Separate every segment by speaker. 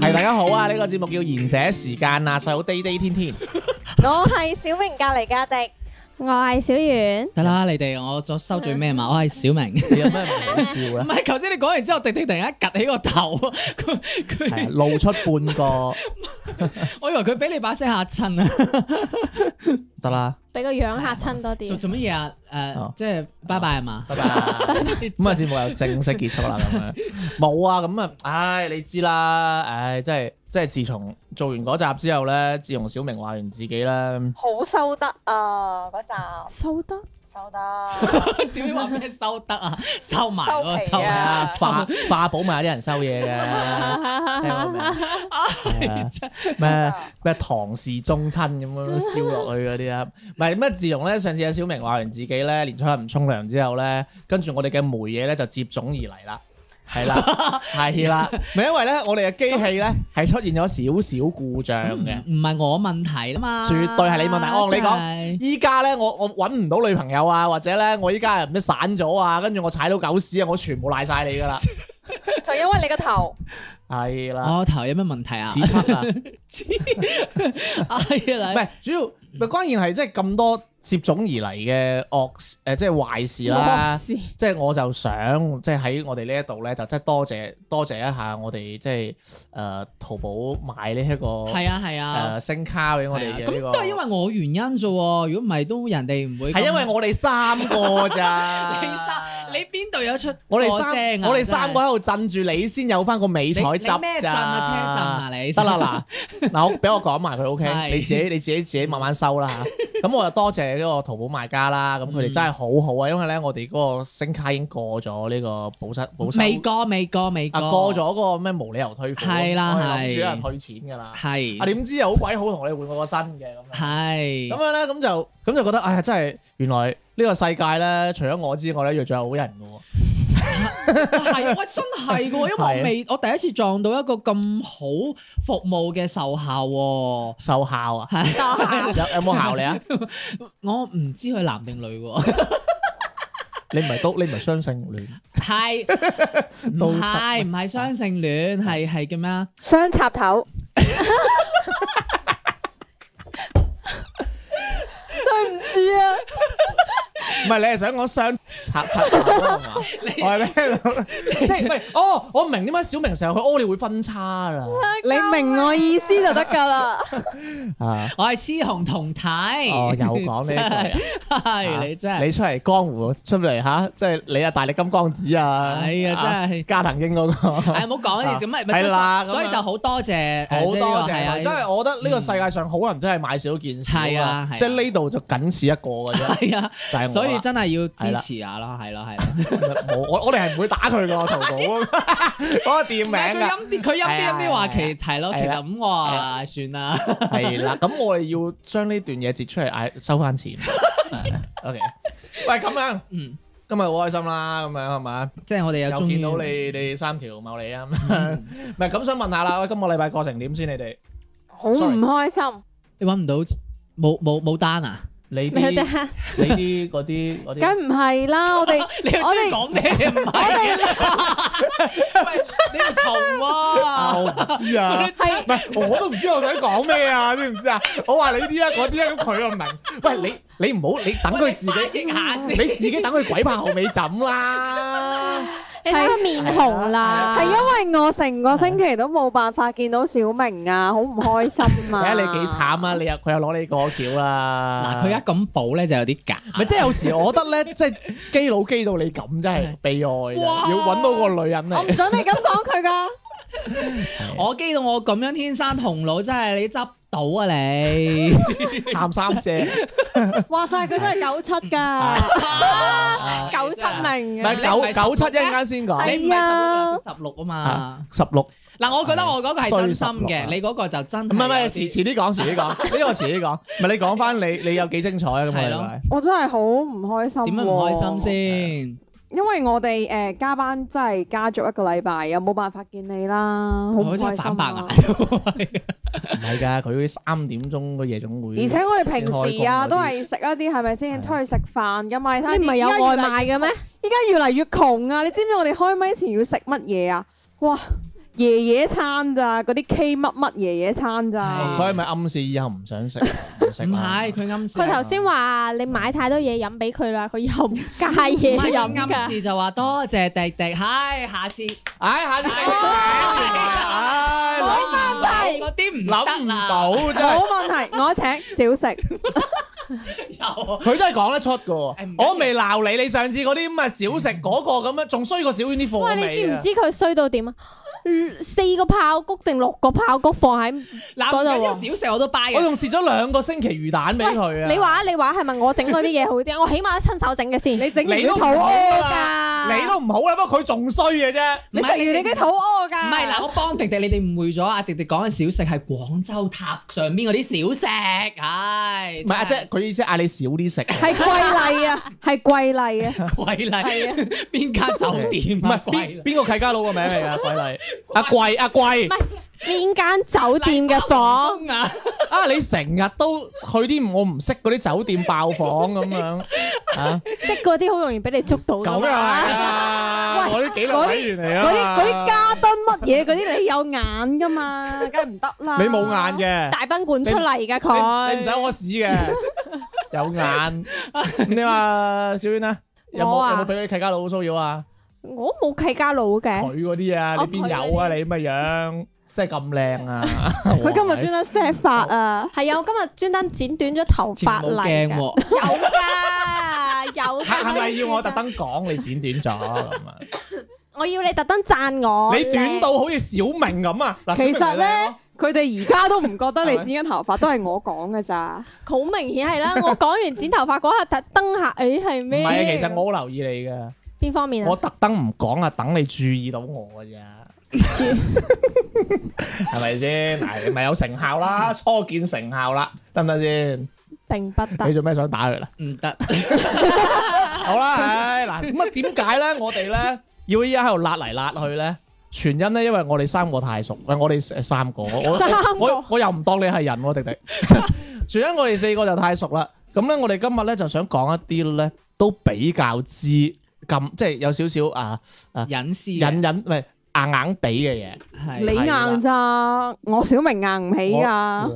Speaker 1: 係大家好啊！呢個節目叫賢者時間啊，細佬 day day 天天。
Speaker 2: 我係小明隔離嘅阿迪，
Speaker 3: 我係小圓，
Speaker 4: 得啦，你哋我再收最咩嘛？我係小 明。
Speaker 1: 你有咩唔好笑
Speaker 4: 唔
Speaker 1: 咧？
Speaker 4: 係，頭先你講完之後，迪迪突然間趌起個頭，佢
Speaker 1: 係啊
Speaker 4: 佢，
Speaker 1: 露出半個
Speaker 4: 我以為佢俾你把聲嚇親 啊！
Speaker 1: 得啦，
Speaker 3: 俾個樣嚇親多
Speaker 4: 做
Speaker 3: 啲。
Speaker 4: 做乜嘢啊？
Speaker 1: 哦
Speaker 4: 誒，即係拜拜係啊嘛？
Speaker 1: 拜拜。
Speaker 4: 哦
Speaker 1: 咁啊，節目又正式結束啦，咁樣冇啊，咁啊，唉，你知啦，唉，真係即係自從做完嗰集之後咧，自從小明話完自己啦，
Speaker 2: 好收得啊嗰集，
Speaker 3: 收得
Speaker 2: 收得，
Speaker 4: 小英話咩收得啊？收埋嗰個
Speaker 2: 收皮
Speaker 4: 收
Speaker 1: 啊
Speaker 2: 啊
Speaker 1: 化化寶咪有啲人收嘢嘅。 聽過未啊係啊咩咩唐氏宗親咁樣燒落去嗰啲啊，唔係咩？自從咧上次阿小明話完自己咧年初一唔沖涼之後咧，跟住我哋嘅梅嘢咧就接踵而嚟啦，係 啦，係啦，咪因為咧我哋嘅機器咧係出現咗少少故障嘅。
Speaker 4: 唔唔係我問題啊嘛，
Speaker 1: 絕對係你問題哦你講
Speaker 4: 講
Speaker 1: 依家咧，我我揾唔到女朋友啊，或者咧，我依家又唔知散咗啊，跟住我踩到狗屎啊，我全部賴晒你 噶啦，
Speaker 2: 就因為你個 頭，
Speaker 1: 係啦，
Speaker 4: 我頭有咩問題啊 哎
Speaker 1: 此？刻啊！
Speaker 4: 係
Speaker 1: 唔
Speaker 4: 啦，
Speaker 1: 係主要，咪關鍵係即係咁多接踵而嚟嘅惡誒、呃即係壞事啦。即係我就想，即係喺我哋呢一度咧，就即係多謝多謝一下我哋即係誒、呃淘寶買呢、一個誒、
Speaker 4: 係啊係啊
Speaker 1: 呃。聲卡俾我哋
Speaker 4: 係啊
Speaker 1: 嘅呢
Speaker 4: 咁
Speaker 1: 個。
Speaker 4: 都係因為我原因啫喎，如果唔係都人哋唔會咁。
Speaker 1: 係因為我哋三個咋。
Speaker 4: 你三你邊度有出
Speaker 1: 我哋
Speaker 4: 過
Speaker 1: 三
Speaker 4: 聲啊
Speaker 1: 我哋三個喺度鎮住你，先有翻個美
Speaker 4: 你
Speaker 1: 彩
Speaker 4: 你
Speaker 1: 執
Speaker 4: 咩陣
Speaker 1: 咋
Speaker 4: 啊？車陣啊？你
Speaker 1: 得啦， 嗱嗱，我俾我講埋佢 OK，
Speaker 4: 係
Speaker 1: 你自己你自己自己慢慢收 啦嚇。咁我就多謝呢個淘寶賣家啦，咁佢
Speaker 4: 嗯
Speaker 1: 哋真係好好啊，因為咧我哋嗰個星卡已經過咗呢個保質保收
Speaker 4: 未過未過未
Speaker 1: 啊
Speaker 4: 過
Speaker 1: 過咗嗰個咩無理由退款，
Speaker 4: 係啦
Speaker 1: 我係諗住有人
Speaker 4: 係
Speaker 1: 退錢㗎啦。啊
Speaker 4: 係
Speaker 1: 點知又好鬼好同我哋換過個新嘅咁樣。
Speaker 4: 係
Speaker 1: 咁樣咧，咁就咁就覺得，哎呀，真係原來呢個世界咧，除咗我之外咧，仲有好人嘅喎。
Speaker 4: 係啊喂真係嘅喎，因為
Speaker 1: 係啊
Speaker 4: 我未我第一次撞到一個咁好服務嘅售效喎。
Speaker 1: 受效啊，
Speaker 4: 係
Speaker 1: 有有冇效你啊？
Speaker 4: 我唔知佢男定女喎，
Speaker 1: 你唔係都你唔係雙性戀，
Speaker 4: 係
Speaker 1: 都
Speaker 4: 唔
Speaker 1: 得
Speaker 4: 係唔係雙性戀，係係叫咩啊？
Speaker 2: 雙插頭。對唔住啊，
Speaker 1: 唔係你係想講雙插插頭啊 係嘛？我係咧，即係唔係？哦，我明點解小明成日去屙尿會分叉啦。
Speaker 2: 你明我意思就得㗎啦。
Speaker 1: 啊，
Speaker 4: 我係雌雄同體。
Speaker 1: 哦，又講呢句啊，
Speaker 4: 係你真係
Speaker 1: 你出嚟江湖出嚟吓，即係你啊大力金剛指啊，
Speaker 4: 係啊，真 係。哎
Speaker 1: 加藤英嗰個。
Speaker 4: 係唔好講呢啲事，咪咪
Speaker 1: 係啦
Speaker 4: 所
Speaker 1: 咁樣啊
Speaker 4: 以所以就好多謝，
Speaker 1: 好多謝
Speaker 4: 係啊，
Speaker 1: 哎佢，真係我覺得呢個世界上好人真係買少見少
Speaker 4: 係
Speaker 1: 啊
Speaker 4: 啊係！啊
Speaker 1: 即係呢度就僅此一個嘅 啫，
Speaker 4: 係啊，
Speaker 1: 就係我啦。
Speaker 4: 所以真係要支持下啦，係啦，係啦。
Speaker 1: 冇我我哋係唔會打佢個淘寶 嗰個店
Speaker 4: 唔
Speaker 1: 名
Speaker 4: 係佢
Speaker 1: 㗎。
Speaker 4: 陰啲，佢
Speaker 1: 係
Speaker 4: 陰啲
Speaker 1: 啊
Speaker 4: 陰啲話其係咯，
Speaker 1: 係啊啊
Speaker 4: 其實咁我話算啦。
Speaker 1: 係啦，咁我哋要將呢段嘢截出嚟，嗌收翻 錢。O K，喂，咁樣，
Speaker 4: 嗯，
Speaker 1: 今日好開心啦，咁樣係嘛？
Speaker 4: 即係我哋
Speaker 1: 又
Speaker 4: 有中意
Speaker 1: 見到你哋三條茂利啊，咁樣 唔係咁想問下啦，喂，今個禮拜過程點先？你哋
Speaker 2: 好唔開心，
Speaker 4: 你揾唔到冇冇冇單啊？
Speaker 1: 你
Speaker 3: 咩得
Speaker 1: 啲？你啲嗰啲嗰啲，
Speaker 2: 梗唔係啦，我哋
Speaker 4: 你又
Speaker 2: 我哋
Speaker 4: 講咩唔係嘅？ 喂，你又重
Speaker 1: 啊 我
Speaker 4: 喎。
Speaker 1: 唔 知啊，唔係我都唔知我想講咩啊，知唔知啊？我話你啲啊，嗰啲啊，咁佢又 唔明。喂，你你唔好，你等佢自
Speaker 4: 反
Speaker 1: 己，
Speaker 4: 應下先，
Speaker 1: 你自己等佢鬼拍後尾枕 啦。
Speaker 3: 你睇佢面紅啦，
Speaker 2: 係因為我成個星期都冇辦法見到小明啊，好唔開心
Speaker 1: 睇
Speaker 2: 啊！
Speaker 1: 下你幾慘啊！你又佢又攞你過橋啦。
Speaker 4: 嗱，佢一咁補咧就有啲假。
Speaker 1: 啊咪即係有時我覺得咧，即係基佬基到你咁，真係悲哀㗎。
Speaker 4: 哇
Speaker 1: 要揾到個女人
Speaker 2: 我唔
Speaker 1: 嚟，
Speaker 2: 准你咁講佢㗎。
Speaker 4: 我基到我咁樣天生紅腦，真係你執到啊你？
Speaker 1: 喊三聲，
Speaker 2: 話晒佢都係九七㗎，
Speaker 4: 啊
Speaker 3: 九七，
Speaker 1: 唔
Speaker 3: 零
Speaker 1: 係
Speaker 3: 啊，
Speaker 1: 九九七一陣間先講，
Speaker 4: 你唔係十六啊嘛？
Speaker 1: 十六，唔
Speaker 4: 嗱，我覺得我嗰個係真心
Speaker 1: 衰十
Speaker 4: 嘅，
Speaker 1: 六啊
Speaker 4: 你嗰個就真
Speaker 1: 係唔係，
Speaker 4: 有
Speaker 1: 遲
Speaker 4: 啲
Speaker 1: 遲啲講，遲啲講，呢個遲啲講，唔係你講翻你你有幾精彩啊？咁我
Speaker 4: 係
Speaker 1: 哋
Speaker 4: 咯
Speaker 1: 咪
Speaker 2: 我真係好唔開心。
Speaker 4: 點樣唔開心？先？
Speaker 2: 因為我哋誒加班真係加足一個禮拜，又冇辦法見你啦，好唔
Speaker 4: 我真
Speaker 2: 開
Speaker 4: 係
Speaker 2: 心
Speaker 4: 反白
Speaker 2: 啊
Speaker 4: 眼！
Speaker 1: 唔係㗎，佢三點鐘個夜總會，
Speaker 2: 而且我哋平時
Speaker 1: 開工嗰啲
Speaker 2: 啊，都係食一啲係咪先出去食飯㗎嘛？你睇
Speaker 3: 你唔係有外賣嘅咩？
Speaker 2: 依家越嚟越窮啊！你知唔知我哋開咪前要食乜嘢啊？哇！爺爺餐咋，嗰啲 K 乜乜爺爺餐咋
Speaker 4: 係，
Speaker 1: 佢係咪暗示以後唔想食？唔食
Speaker 4: 唔
Speaker 1: 啊
Speaker 4: 係，佢暗示
Speaker 3: 佢頭先話你買太多嘢飲俾佢啦，佢又唔加嘢
Speaker 4: 唔係
Speaker 3: 飲
Speaker 4: 暗
Speaker 3: 㗎。
Speaker 4: 示就話多謝迪迪，唉，下次
Speaker 1: 唉，下次
Speaker 4: 唉
Speaker 1: 唉，諗唔到，
Speaker 4: 嗰啲唔
Speaker 1: 諗唔
Speaker 4: 得啊啦，
Speaker 1: 到真係
Speaker 2: 冇。問題，我請小食。
Speaker 4: 又
Speaker 1: 佢真係講得出噶
Speaker 4: 哎
Speaker 1: 喎，
Speaker 4: 唔緊要
Speaker 1: 我未鬧你，你上次嗰啲咁嘅小食嗰個咁樣，仲衰過小丸啲貨
Speaker 3: 喂，
Speaker 1: 味啊
Speaker 3: 你知唔知佢衰到點啊？嗯四個炮谷定六個炮谷放喺
Speaker 4: 嗱，唔緊要小食我都 buy
Speaker 1: 我
Speaker 4: 嘅。
Speaker 1: 仲蝕咗兩個星期魚蛋俾佢啊！
Speaker 3: 你話你話係咪我整嗰啲嘢好啲啊？我起碼都親手整嘅先。
Speaker 2: 你整完
Speaker 1: 你
Speaker 2: 啲
Speaker 1: 都唔
Speaker 2: 肚
Speaker 1: 好
Speaker 2: 屙㗎，
Speaker 1: 啦，你都唔好啦，不過佢仲衰嘅啫。
Speaker 2: 啊你食完你啲肚屙㗎。
Speaker 4: 唔係嗱，我幫迪迪，你哋誤會咗啊！迪迪講嘅小食係廣州塔上邊嗰啲小食，唉，
Speaker 1: 唔係阿姐，佢意思嗌你少啲食，
Speaker 2: 係貴麗啊，係貴麗啊，
Speaker 4: 貴麗邊間酒店
Speaker 1: 唔
Speaker 4: 啊
Speaker 1: 係？
Speaker 4: 貴
Speaker 1: 邊
Speaker 4: 麗
Speaker 1: 邊個契家佬個名嚟啊？貴麗，阿貴，阿貴
Speaker 3: 唔係邊間酒店嘅房？
Speaker 4: 東啊，
Speaker 1: 啊！你成日都去啲我唔識嗰啲酒店爆房咁樣啊？
Speaker 3: 識嗰啲好容易俾你捉到㗎
Speaker 1: 咁
Speaker 3: 嘛。
Speaker 1: 啊！我啲幾兩位員嚟
Speaker 2: 嗰
Speaker 1: 啊
Speaker 2: 啲
Speaker 1: 嘛
Speaker 2: 嗰啲加敦乜嘢嗰啲，你有眼㗎嘛， 梗係唔得啦。
Speaker 1: 你冇眼嘅。
Speaker 3: 大賓館出嚟㗎
Speaker 1: 你
Speaker 3: 佢。
Speaker 1: 你唔使屙屎嘅， 有眼。你話小娟啊，有
Speaker 3: 我
Speaker 1: 冇
Speaker 3: 啊
Speaker 1: 有冇俾嗰啲契家佬騷擾啊？
Speaker 3: 我冇契家佬嘅。
Speaker 1: 佢嗰啲啊，
Speaker 3: 我
Speaker 1: 你邊有啊？你咁嘅樣，真係咁靚啊！
Speaker 2: 佢今日專登 set 發啊，
Speaker 3: 係啊，我今日專登剪短咗頭髮
Speaker 4: 冇
Speaker 3: 嚟
Speaker 4: 鏡
Speaker 3: 㗎。
Speaker 4: 喎。
Speaker 3: 有㗎，有㗎。
Speaker 1: 係係咪要我特登講你剪短咗咁啊？
Speaker 3: 我要你特登讚我，
Speaker 1: 你短到好似小明咁啊！嗱，
Speaker 2: 其
Speaker 1: 小明
Speaker 2: 實
Speaker 1: 你
Speaker 2: 咧
Speaker 1: 咯，
Speaker 2: 佢哋而家都唔覺得
Speaker 1: 係
Speaker 2: 你
Speaker 1: 咪
Speaker 2: 剪緊頭髮，都係我講嘅咋。
Speaker 3: 好明顯係啦。我講完剪頭髮嗰下，特登下，誒係
Speaker 1: 唔
Speaker 3: 咩？
Speaker 1: 係啊，其實我好留意你嘅，
Speaker 3: 邊方面
Speaker 1: 我
Speaker 3: 啊？
Speaker 1: 特登唔講啊，等你注意到我嘅 啫。係咪先？嗱，你咪有成效啦，初見成效啦，得唔得先？
Speaker 3: 並不得
Speaker 1: 你。做咩想打佢啦？
Speaker 4: 唔得，
Speaker 1: 好啦，唉嗱，咁啊，點解咧？我哋咧要依家喺度辣嚟辣去咧？全因咧，因為我哋三個太熟，喂，我哋誒三個，我 我
Speaker 3: 三個
Speaker 1: 我我又唔當你係人喎，迪 迪。全因我哋四個就太熟啦。咁咧，我哋今日咧就想講一啲咧都比較之咁，即係有少少啊
Speaker 4: 隱私
Speaker 1: 隱
Speaker 4: 嘅
Speaker 1: 隱唔係硬硬地嘅
Speaker 4: 係
Speaker 2: 你硬咋，我小明硬唔起
Speaker 1: 嘢。
Speaker 2: 噶。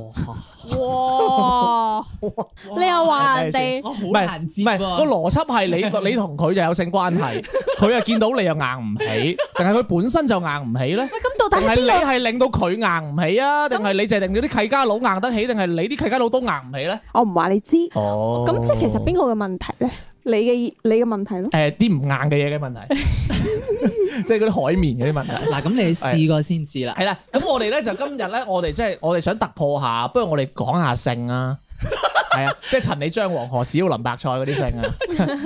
Speaker 1: 哇
Speaker 3: 哇！
Speaker 4: à.
Speaker 3: 你又話人
Speaker 1: 係
Speaker 3: 哋
Speaker 4: 我好
Speaker 1: 唔係
Speaker 4: 難
Speaker 1: 唔
Speaker 4: 接
Speaker 1: 係
Speaker 4: 喎
Speaker 1: 個邏輯係你你同佢就有性關係，佢又見到你又硬唔起，定係佢本身就硬唔起咧？
Speaker 3: 喂，咁到底
Speaker 1: 定係
Speaker 3: 係
Speaker 1: 你
Speaker 3: 邊
Speaker 1: 係令到佢硬唔起啊？定係你就係令到啲契家佬硬得起，定係你啲契家佬都硬唔起咧？
Speaker 2: 我唔話你知，你
Speaker 1: 哦
Speaker 3: 個？咁即係其實邊個嘅問題咧？
Speaker 2: 嘅你嘅問題咯。
Speaker 1: 誒啲唔硬嘅嘢嘅問 題，即係嗰啲海綿嗰啲問題。
Speaker 4: 嗱，咁你試過先知啦。
Speaker 1: 係啦，咁我哋咧就今日咧，我哋即係我哋想突破下，不如我哋講下姓啊。係啊， 即係陳李張黃何史耀林白菜嗰啲姓 啊，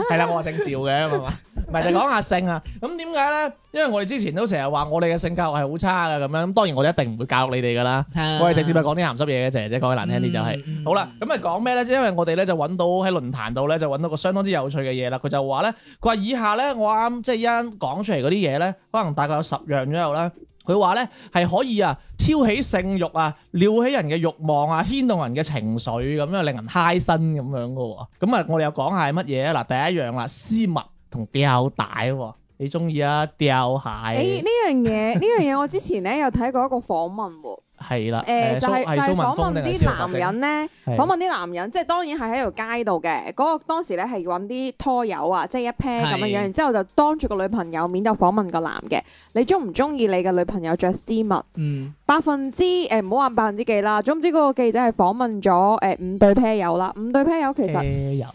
Speaker 1: 係啦，我話姓趙嘅係嘛，唔係就講下姓啊。咁點解咧？因為我哋之前都成日話我哋嘅性教育係好差嘅咁樣，咁當然我哋一定唔會教育你哋噶啦。我哋直接咪講啲鹹濕嘢嘅，姐姐講得難
Speaker 4: Ừ,
Speaker 1: 聽啲就係、
Speaker 4: 啊嗯嗯
Speaker 1: 好啦。咁咪講咩咧？因為我哋咧就揾到喺論壇度咧就揾到個相當之有趣嘅嘢啦。佢就話咧，佢話以下咧我啱即係一啱講出嚟嗰啲嘢咧，可能大概有十樣左右啦。佢話咧係可以啊，挑起性慾啊，撩起人嘅慾望啊，牽動人嘅情緒咁樣，令人嗨身咁樣嘅喎。咁啊，我哋又講下係乜嘢啊？嗱，第一樣啦，絲襪同吊帶喎，你中意啊？吊
Speaker 2: 誒
Speaker 1: 鞋
Speaker 2: 呢樣嘢，呢樣嘢我之前咧有睇過一個訪問 喎。
Speaker 1: 係啦，
Speaker 2: 誒就係
Speaker 1: 蘇
Speaker 2: 就係
Speaker 1: 蘇文
Speaker 2: 訪
Speaker 1: 峰定
Speaker 2: 問
Speaker 1: 係
Speaker 2: 啲
Speaker 1: 蕭若
Speaker 2: 男
Speaker 1: 石
Speaker 2: 人咧，
Speaker 1: 係
Speaker 2: 訪問啲男人，即係當然係喺條街度嘅。嗰個當時咧係揾啲拖友啊，即係一 pair 咁樣
Speaker 4: 係
Speaker 2: 樣，然之後就當住個女朋友面就訪問個男嘅，你中唔中意你嘅女朋友着絲襪？
Speaker 4: 嗯，
Speaker 2: 百分之誒唔好話百分之幾啦，總之嗰個記者係訪問咗呃誒五對 pair 友啦，五對 pair 友其實。
Speaker 1: 誒有。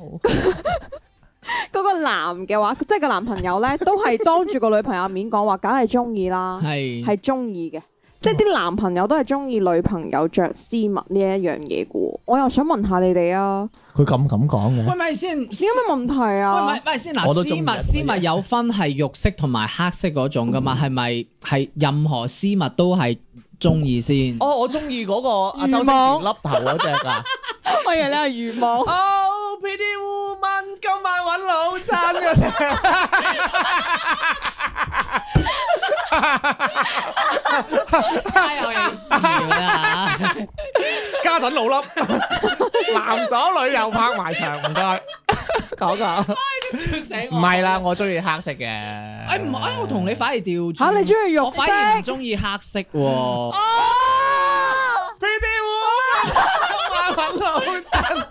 Speaker 2: 嗰個男嘅話，即係
Speaker 4: 嗯
Speaker 2: 個男朋友咧，都係當住個女朋友面講話，梗係中意啦，
Speaker 4: 係
Speaker 2: 係中意嘅。即係啲男朋友都係中意女朋友着絲襪呢一樣嘢嘅喎。我又想問下你哋啊，
Speaker 1: 佢咁咁講
Speaker 4: 喂，
Speaker 1: 嘅，
Speaker 4: 咪先。
Speaker 2: 你有咩問 題
Speaker 4: 喂，
Speaker 2: 啊
Speaker 4: 咪？咪先嗱，
Speaker 1: 我都
Speaker 4: 絲
Speaker 1: 中意
Speaker 4: 襪
Speaker 1: 嘅
Speaker 4: 絲襪有分係肉色同埋黑色嗰種噶嘛？係咪係任何絲襪都係中意先？
Speaker 1: 哦，我中意嗰個阿周星馳
Speaker 2: 魚
Speaker 1: 笠頭嗰只 啊。
Speaker 2: 我以為你係漁網。
Speaker 1: Oh pretty woman，今晚揾老襯嗰只。
Speaker 4: 太有意思啦！
Speaker 1: 家陣老笠， 男左女右拍埋牆，唔該。講啊講，
Speaker 4: 唔
Speaker 1: 唔係啦，我中意黑色嘅。
Speaker 4: 哎唔係，哎我 同你反而調轉
Speaker 2: 嚇你中意肉
Speaker 4: 嗯我反而唔
Speaker 2: 色？哦
Speaker 4: 中意黑色喎。
Speaker 1: pretty 哦 woman，今晚揾老襯。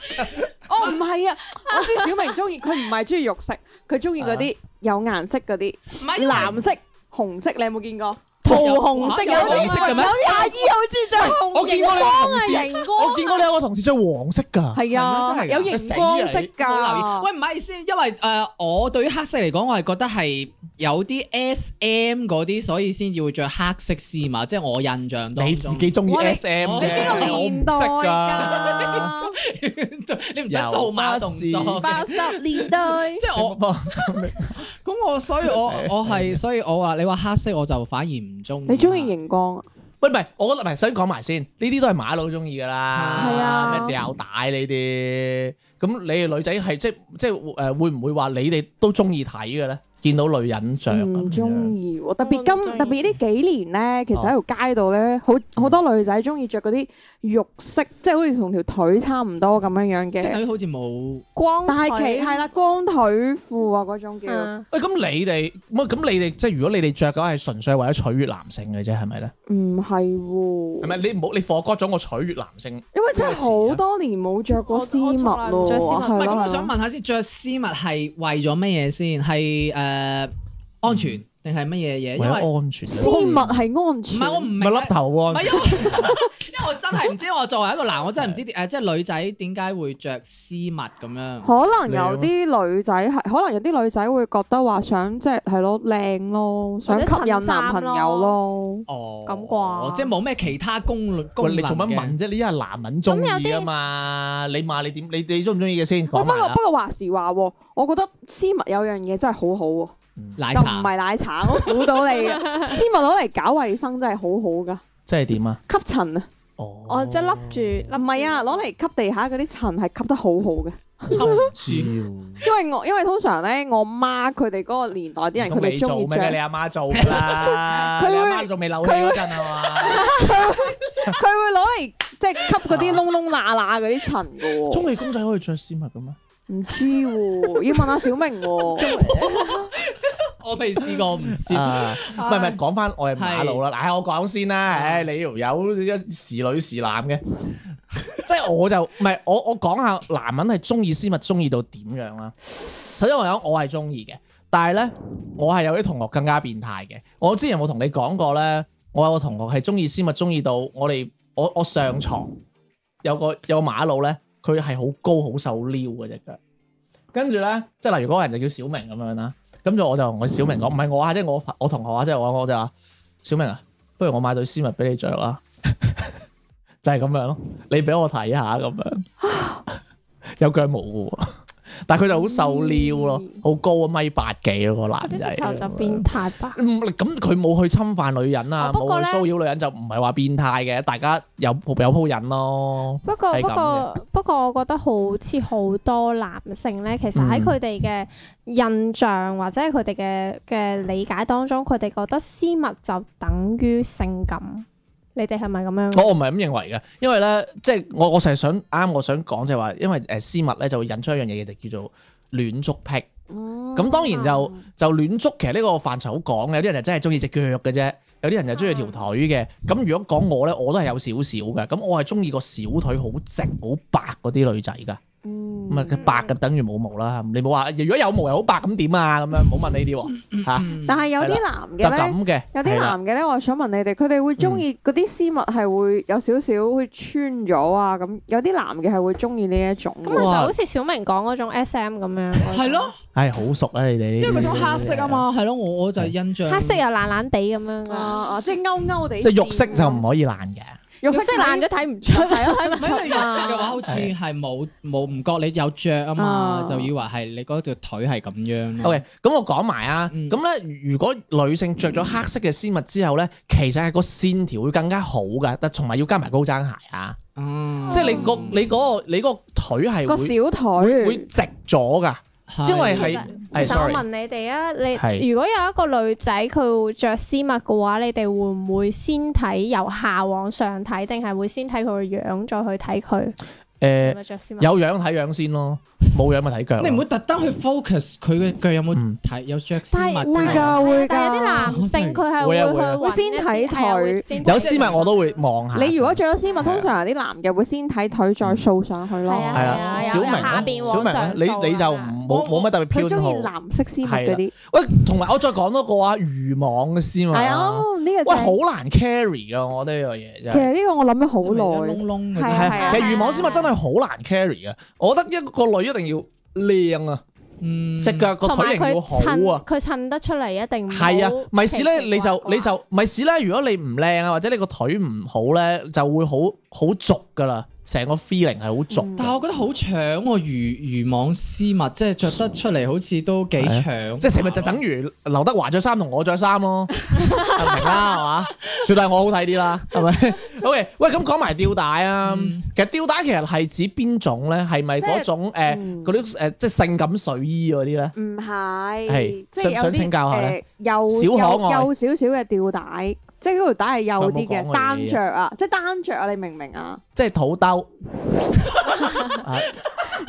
Speaker 2: 哦，唔係啊，我知小明中意，佢唔係中意肉色，佢中意嗰啲有顏色嗰啲，
Speaker 4: 唔係
Speaker 2: 藍色、紅色，你有冇見過？
Speaker 3: 桃紅色
Speaker 4: 有有
Speaker 3: 嗰
Speaker 4: 啊紅
Speaker 3: 種
Speaker 4: 色嘅咩
Speaker 2: 有？啲阿姨好中意着紅
Speaker 1: 我見過你
Speaker 2: 熒
Speaker 1: 同事，
Speaker 2: 熒
Speaker 1: 我見過你有個同事着黃色㗎。
Speaker 2: 係啊，
Speaker 1: 係咩真係㗎
Speaker 2: 有熒光色
Speaker 4: 冇留意
Speaker 2: 㗎。
Speaker 4: 喂，唔係先，因為誒、呃我對於黑色嚟講，我係覺得係有啲 S M 嗰啲，所以先至會着黑色絲襪，即係我印象當
Speaker 1: 你
Speaker 4: 中
Speaker 1: 自己中意
Speaker 2: 哇你
Speaker 1: S M
Speaker 4: 你
Speaker 1: 啫，
Speaker 4: 邊個
Speaker 1: 我唔
Speaker 2: 年代
Speaker 1: 識㗎。
Speaker 2: 㗎？
Speaker 4: 你唔使做馬動
Speaker 1: 有
Speaker 2: 啊
Speaker 4: 作嘅，
Speaker 3: 八十年 代，
Speaker 4: 即係我咁我，所以 我我係，所以我話你話黑色，我就反而唔中意。
Speaker 2: 啊你中意熒光啊？
Speaker 1: 喂，唔係，我覺得唔係，想講埋先，呢啲都係馬佬中意噶啦，
Speaker 4: 係
Speaker 2: 啊
Speaker 1: 咩吊帶呢啲，咁你哋女仔係即即誒會唔會話你哋都中意睇嘅咧？見到女人着
Speaker 2: 唔中
Speaker 1: 意，
Speaker 2: 嗯意喎，特別
Speaker 3: 我唔中
Speaker 2: 今
Speaker 3: 意
Speaker 2: 特別呢幾年咧，其實喺條街度咧，好好多女仔中意着嗰啲肉色，即係好似同條腿差唔多咁樣樣
Speaker 4: 即係等
Speaker 2: 嘅，
Speaker 4: 於好似冇
Speaker 3: 光
Speaker 2: 但係
Speaker 3: 腿
Speaker 2: 其係啦，光腿褲啊嗰種叫，
Speaker 3: 嗯
Speaker 1: 喂，咁你哋唔係咁你哋即係如果你哋着嘅話係純粹係為咗取悅男性嘅啫，係咪咧？
Speaker 2: 唔係喎，
Speaker 1: 係咪你唔好你放過咗我取悅男性？
Speaker 2: 因為真係好多年冇着過絲襪
Speaker 3: 我
Speaker 2: 咯，
Speaker 3: 我從來唔着絲襪
Speaker 4: 唔係
Speaker 2: 係咯
Speaker 4: 咁，我想問下先，着絲襪係為咗乜嘢先？係誒、呃安全定係乜嘢嘢？
Speaker 1: 嗯
Speaker 4: 因
Speaker 1: 為
Speaker 4: 為
Speaker 1: 咗安全啫，
Speaker 2: 絲襪係安
Speaker 4: 唔
Speaker 2: 全，
Speaker 4: 係我唔明
Speaker 1: 咪
Speaker 4: 啊
Speaker 1: 笠頭
Speaker 4: 唔
Speaker 1: 安
Speaker 4: 係因為 因為我真係唔知，我作為一個男，我真係唔知誒，即係女仔點解會着絲襪咁樣？
Speaker 2: 可能
Speaker 1: 啊
Speaker 2: 有啲女仔係，可能有啲女仔會覺得話想即係係咯靚咯，想吸引男朋友咯。
Speaker 4: 哦，
Speaker 3: 咁啩
Speaker 4: 即係冇咩其他功能功
Speaker 1: 喂，
Speaker 4: 能
Speaker 1: 你做乜問
Speaker 4: 嘅？
Speaker 1: 啫？呢啲係男人中
Speaker 3: 咁
Speaker 1: 意
Speaker 3: 有
Speaker 1: 啊
Speaker 3: 啲
Speaker 1: 嘛，你話你點？你你中唔中意嘅先
Speaker 2: 喂
Speaker 1: 講
Speaker 2: 不
Speaker 1: 埋
Speaker 2: 過
Speaker 1: 啦
Speaker 2: 不。過話時話喎，我覺得絲襪有樣嘢真係好好喎，
Speaker 4: 奶
Speaker 2: 就唔
Speaker 4: 茶
Speaker 2: 係奶茶，我估到你 嘅絲襪攞嚟搞衞生真係好好噶，
Speaker 1: 即係點啊？
Speaker 2: 吸塵啊，
Speaker 1: 哦
Speaker 3: 我即係笠住
Speaker 2: 唔係
Speaker 1: 嗯
Speaker 2: 啊，攞嚟吸地下嗰啲塵係吸得好好嘅，
Speaker 1: 唔
Speaker 2: 因為我因為通常咧我媽佢哋嗰個年代啲人佢
Speaker 1: 通
Speaker 2: 哋
Speaker 1: 你
Speaker 2: 中
Speaker 1: 做
Speaker 2: 意
Speaker 1: 咩？你啊
Speaker 2: 着，
Speaker 1: 阿媽做㗎啦，
Speaker 2: 佢會
Speaker 1: 你阿媽仲未扭起嗰陣啊
Speaker 2: 佢會攞嚟即係吸嗰啲窿窿罅罅嗰啲塵嘅
Speaker 1: 嘛？
Speaker 2: 喎。
Speaker 1: 中意公仔可以着絲襪嘅咩？
Speaker 2: 唔知喎，要問下小明喎。
Speaker 4: 我未試過，唔知。
Speaker 1: 啊，唔係唔係，講翻我係啊馬路啦。嗱，我講先啦，唉，你條友一是女是男嘅，即係我就唔係我我講下男人係中意絲襪中意到點樣啦。首先我講我係中意嘅，但係咧我係有啲同學更加變態嘅。我之前有冇同你講過咧？我有個同學係中意絲襪中意到我哋我我上床有個有個馬路咧，佢係好高好瘦撩嘅隻腳，跟住咧即係例如嗰個人就叫小明咁樣啦。咁就我就同我小明講，唔係我啊，即係我我同學啊，即係我我就話小明啊，不如我買對絲襪俾你着啊， 就係咁樣咯，你俾我睇下咁樣， 有腳毛嘅喎，但係佢就好瘦撩咯，好高啊，米八幾咯個男
Speaker 3: 嗰啲
Speaker 1: 仔
Speaker 3: 直，頭就變態吧。
Speaker 1: 嗯咁佢冇去侵犯女人啊，
Speaker 3: 哦不過
Speaker 1: 冇
Speaker 3: 呢
Speaker 1: 去騷擾女人就唔係話變態嘅，大家有有鋪癮咯，
Speaker 3: 不過
Speaker 1: 係
Speaker 3: 不
Speaker 1: 咁
Speaker 3: 過不過，我覺得好似好多男性咧，其實喺
Speaker 1: 嗯
Speaker 3: 佢哋嘅印象或者係佢哋嘅嘅理解當中，佢哋覺得絲襪就等於性感。你哋係咪咁
Speaker 2: 嗯
Speaker 3: 樣？
Speaker 1: 我我唔係咁認為嘅，因為咧，即係我我成日想啱，我想講就係話，因為誒呃絲襪咧就會引出一樣嘢，就叫做戀足癖。咁
Speaker 2: 咁
Speaker 1: 當然就就戀足，其實呢個範疇好廣嘅，有啲人就真係中意只腳嘅啫，有啲人就中意條腿嘅。咁如果講我咧，我都係有少少嘅，咁我係中意個小腿好直好白嗰啲女仔㗎，
Speaker 2: 嗯
Speaker 1: 咁啊佢白咁等於冇毛啦。啊你冇話如果有毛又好白咁點啊？咁樣唔好問呢啲喎嚇，
Speaker 4: 嗯
Speaker 2: 但係有
Speaker 1: 係
Speaker 2: 啲男
Speaker 1: 就
Speaker 2: 嘅咧。
Speaker 1: 咁嘅。
Speaker 2: 嗯有啲
Speaker 1: 係啦
Speaker 2: 男嘅咧，我想問你哋，佢哋會中意嗰啲絲襪係會有少少會穿咗啊咁，有啲男嘅係會中意呢一種
Speaker 3: 咁咪就
Speaker 2: 嘅。
Speaker 4: 哇
Speaker 3: 好似小明講嗰種 SM 咁樣。
Speaker 4: 係咯，
Speaker 1: 唉，好熟啊！你哋呢
Speaker 4: 因
Speaker 1: 啲
Speaker 4: 為嗰種黑色啊，嘛，係咯，我我就係印
Speaker 1: 嗯
Speaker 4: 象
Speaker 3: 黑色又啊爛爛地咁樣
Speaker 2: 啊
Speaker 3: 噶，
Speaker 2: 啊，即係勾勾地，
Speaker 1: 即係肉色就唔可以爛嘅。
Speaker 2: 肉
Speaker 3: 肉色爛咗睇唔出，係 咯睇唔
Speaker 4: 唔係因為
Speaker 3: 出
Speaker 4: 肉色嘅話，
Speaker 3: 嘛。
Speaker 4: 好似係冇冇唔覺你有着啊嘛
Speaker 2: 啊，
Speaker 4: 就以為係你嗰條腿係咁樣咯。
Speaker 1: OK，咁我講埋啊。
Speaker 4: 嗯
Speaker 1: 咁咧，如果女性着咗黑色嘅絲襪之後咧，其實係個線條會更加好噶，但同埋要加埋高踭鞋啊。
Speaker 4: 啊
Speaker 1: 即係你個你嗰個你嗰個腿係
Speaker 2: 個
Speaker 1: 會
Speaker 2: 小
Speaker 1: 會
Speaker 2: 腿，
Speaker 1: 直咗噶，
Speaker 4: 係
Speaker 1: 因為係
Speaker 3: 其
Speaker 1: 係
Speaker 3: 實我
Speaker 1: 哎 sorry
Speaker 3: 問你哋啊，
Speaker 1: 係
Speaker 3: 你如果有一個女仔佢會着絲襪嘅話，你哋會唔會先睇由下往上睇，定係會先睇佢個樣再去睇佢係
Speaker 1: 誒
Speaker 3: 咪着絲襪？
Speaker 1: 有樣睇樣先咯，冇樣咪睇腳咯。
Speaker 4: 你唔會特登去 focus 佢嘅腳有冇
Speaker 1: 嗯
Speaker 4: 睇有着絲
Speaker 3: 但
Speaker 4: 襪
Speaker 3: 係
Speaker 4: 㗎
Speaker 2: 會
Speaker 4: 嘛
Speaker 3: 係
Speaker 2: 㗎
Speaker 3: 啊但係有啲男
Speaker 4: 會㗎
Speaker 3: 性佢係
Speaker 1: 會啊會啊
Speaker 3: 去
Speaker 2: 會先睇
Speaker 3: 係啊會
Speaker 2: 腿
Speaker 3: 先睇
Speaker 1: 有絲襪我都會望下。
Speaker 2: 你如果着咗絲襪，通常有啲男嘅會先睇腿再掃上去咯。
Speaker 3: 係啊
Speaker 1: 係
Speaker 3: 係
Speaker 1: 啦，
Speaker 3: 啊
Speaker 1: 小
Speaker 3: 有
Speaker 1: 明
Speaker 3: 有下
Speaker 1: 咧，
Speaker 3: 邊
Speaker 1: 小
Speaker 3: 往上
Speaker 1: 明咧，
Speaker 3: 掃
Speaker 1: 你你就
Speaker 3: 啊
Speaker 1: 唔冇冇乜特別
Speaker 2: 佢中
Speaker 1: 偏
Speaker 2: 意
Speaker 1: 好。
Speaker 2: 藍色絲襪嗰啲。
Speaker 1: 喂，同埋我再講多個啊，漁網嘅絲襪
Speaker 2: 係啊
Speaker 1: 啊，，喂，
Speaker 2: 呢個正
Speaker 1: 好難 carry 噶，我覺得呢樣嘢真
Speaker 2: 其
Speaker 1: 係。
Speaker 2: 實呢個我諗咗
Speaker 4: 即係
Speaker 2: 好
Speaker 4: 咪
Speaker 2: 耐
Speaker 4: 一。窿窿嗰
Speaker 2: 係
Speaker 4: 啲
Speaker 2: 啊
Speaker 1: 係，其實漁網絲襪真係好難 carry 嘅。我覺得一個女一定要靚啊，
Speaker 4: 嗯
Speaker 1: 隻腳個
Speaker 3: 同埋
Speaker 1: 腿型要
Speaker 3: 佢
Speaker 1: 好
Speaker 3: 襯
Speaker 1: 啊。
Speaker 3: 佢襯得出嚟一定唔好
Speaker 1: 係啊，咪事咧
Speaker 3: 奇奇
Speaker 1: 你
Speaker 3: 怪
Speaker 1: 就
Speaker 3: 怪
Speaker 1: 你就咪事咧，如果你唔靚啊，或者你個腿唔好咧，就會好好俗噶啦，成個 feeling 係好俗㗎。
Speaker 2: 嗯
Speaker 4: 但係我覺得好長喎，漁漁網絲襪即係着得出嚟，好似都幾長。
Speaker 1: 即係成日就等於劉德華着衫同我着衫咯，係明啦係嘛？算係我好睇啲啦，係咪？OK，喂，咁講埋吊帶啊，
Speaker 4: 嗯
Speaker 1: 其實吊帶其實係指邊種咧？係咪嗰種誒
Speaker 2: 嗯
Speaker 1: 嗰啲誒即係性感睡衣嗰啲咧？
Speaker 2: 唔係
Speaker 1: 係，
Speaker 2: 即係
Speaker 1: 想
Speaker 2: 有
Speaker 1: 想請
Speaker 2: 啲
Speaker 1: 教下
Speaker 2: 誒
Speaker 1: 咧
Speaker 2: 幼
Speaker 1: 小可愛
Speaker 2: 幼幼少少嘅吊帶，即係嗰條帶係幼啲
Speaker 1: 佢有冇講
Speaker 2: 嘅
Speaker 1: 過
Speaker 2: 單着啊，即係單着啊，你明唔明啊？
Speaker 1: 即係肚兜。啊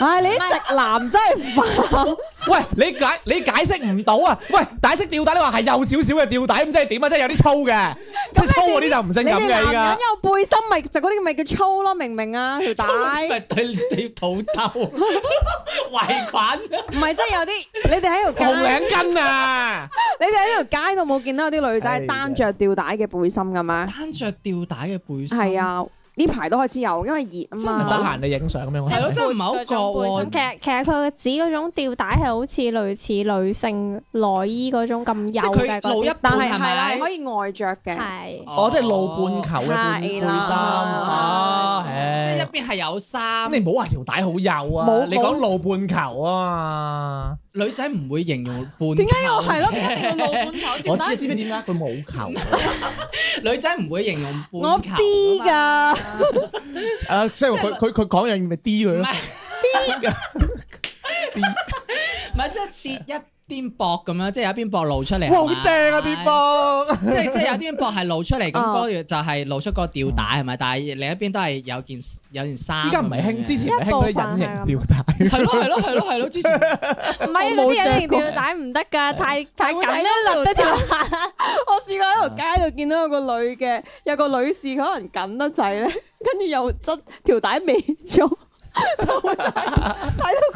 Speaker 2: 唉，你啲直男真係煩，
Speaker 1: 喂，你解你解釋唔到啊！喂，解釋吊帶你話係幼少少嘅吊帶，咁即係點啊？即係有啲粗嘅，即係粗嗰啲就唔性
Speaker 2: 你
Speaker 1: 感
Speaker 2: 哋
Speaker 1: 嘅
Speaker 2: 男
Speaker 1: 依
Speaker 2: 人
Speaker 1: 家。
Speaker 2: 有背心咪就嗰啲咪叫粗咯，明唔 明啊？條帶
Speaker 4: 咪對你肚 兜圍裙。
Speaker 2: 唔係即係有啲，你哋喺條
Speaker 1: 紅
Speaker 2: 街，
Speaker 1: 領巾啊！
Speaker 2: 你哋喺條街度冇見到有啲女仔
Speaker 1: 係
Speaker 2: 係單着吊帶嘅背心嘅咩？
Speaker 4: 單着吊帶嘅背心。
Speaker 2: 係，啊，呢排都開始有，因為熱
Speaker 1: 得
Speaker 2: 啊嘛。
Speaker 1: 閒你影相咁樣。
Speaker 4: 係咯，真係唔係好
Speaker 3: 嗰
Speaker 4: 覺
Speaker 3: 種背心
Speaker 4: 喎。
Speaker 3: 其實其實佢指嗰種吊帶係好似類似女性內衣嗰種咁
Speaker 4: 即
Speaker 3: 幼
Speaker 4: 係
Speaker 3: 嘅
Speaker 4: 佢露一
Speaker 3: 嗰啲，
Speaker 2: 但
Speaker 4: 半
Speaker 2: 係
Speaker 4: 係
Speaker 2: 係啦，係可
Speaker 4: 咪？
Speaker 2: 以外着嘅，
Speaker 3: 係
Speaker 1: 哦，即係露半球嘅半背
Speaker 2: 係
Speaker 1: 心
Speaker 2: 啦
Speaker 1: 啊，
Speaker 4: 即係
Speaker 1: 唉
Speaker 4: 一邊係有衫。
Speaker 1: 你唔好話條帶好幼啊
Speaker 2: 冇，
Speaker 1: 你講露半球啊嘛，
Speaker 4: 女仔唔會形容半。
Speaker 2: 點解啊要係咯？點解一定要露半球？ 吊
Speaker 1: 我
Speaker 2: 帶
Speaker 1: 知知唔知點解佢冇球？
Speaker 4: 女仔唔會形容半
Speaker 2: 我
Speaker 4: 球
Speaker 2: D
Speaker 4: 㗎嘛。
Speaker 2: 噶，
Speaker 1: 誒，啊即係佢佢佢講樣嘢咪 D 佢
Speaker 4: 唔
Speaker 1: 咯
Speaker 4: 係
Speaker 1: ，D
Speaker 4: 唔係，即係跌一邊膊咁樣，即係有一邊膊露出嚟。
Speaker 1: 哇，
Speaker 4: 係嘛
Speaker 1: 好正啊，邊波
Speaker 4: 即係即係有啲膊係露出嚟，咁
Speaker 2: 哦
Speaker 4: 嗰個就係露出個吊帶係咪？但係另一邊都係有件有件衫。
Speaker 1: 依家唔係興，之前唔係興嗰啲隱形吊帶，
Speaker 4: 係咯係咯係咯係咯，之前
Speaker 3: 唔係嗰
Speaker 2: 我冇
Speaker 3: 啲一
Speaker 2: 着
Speaker 3: 定
Speaker 2: 過
Speaker 3: 吊帶唔得㗎，太太緊
Speaker 2: 我睇
Speaker 3: 啦，
Speaker 2: 到
Speaker 3: 勒得條
Speaker 2: 我試過喺條街度見到有個女嘅，有個女士可能緊得滯咧， 跟住又執條帶尾咗， 就會睇睇到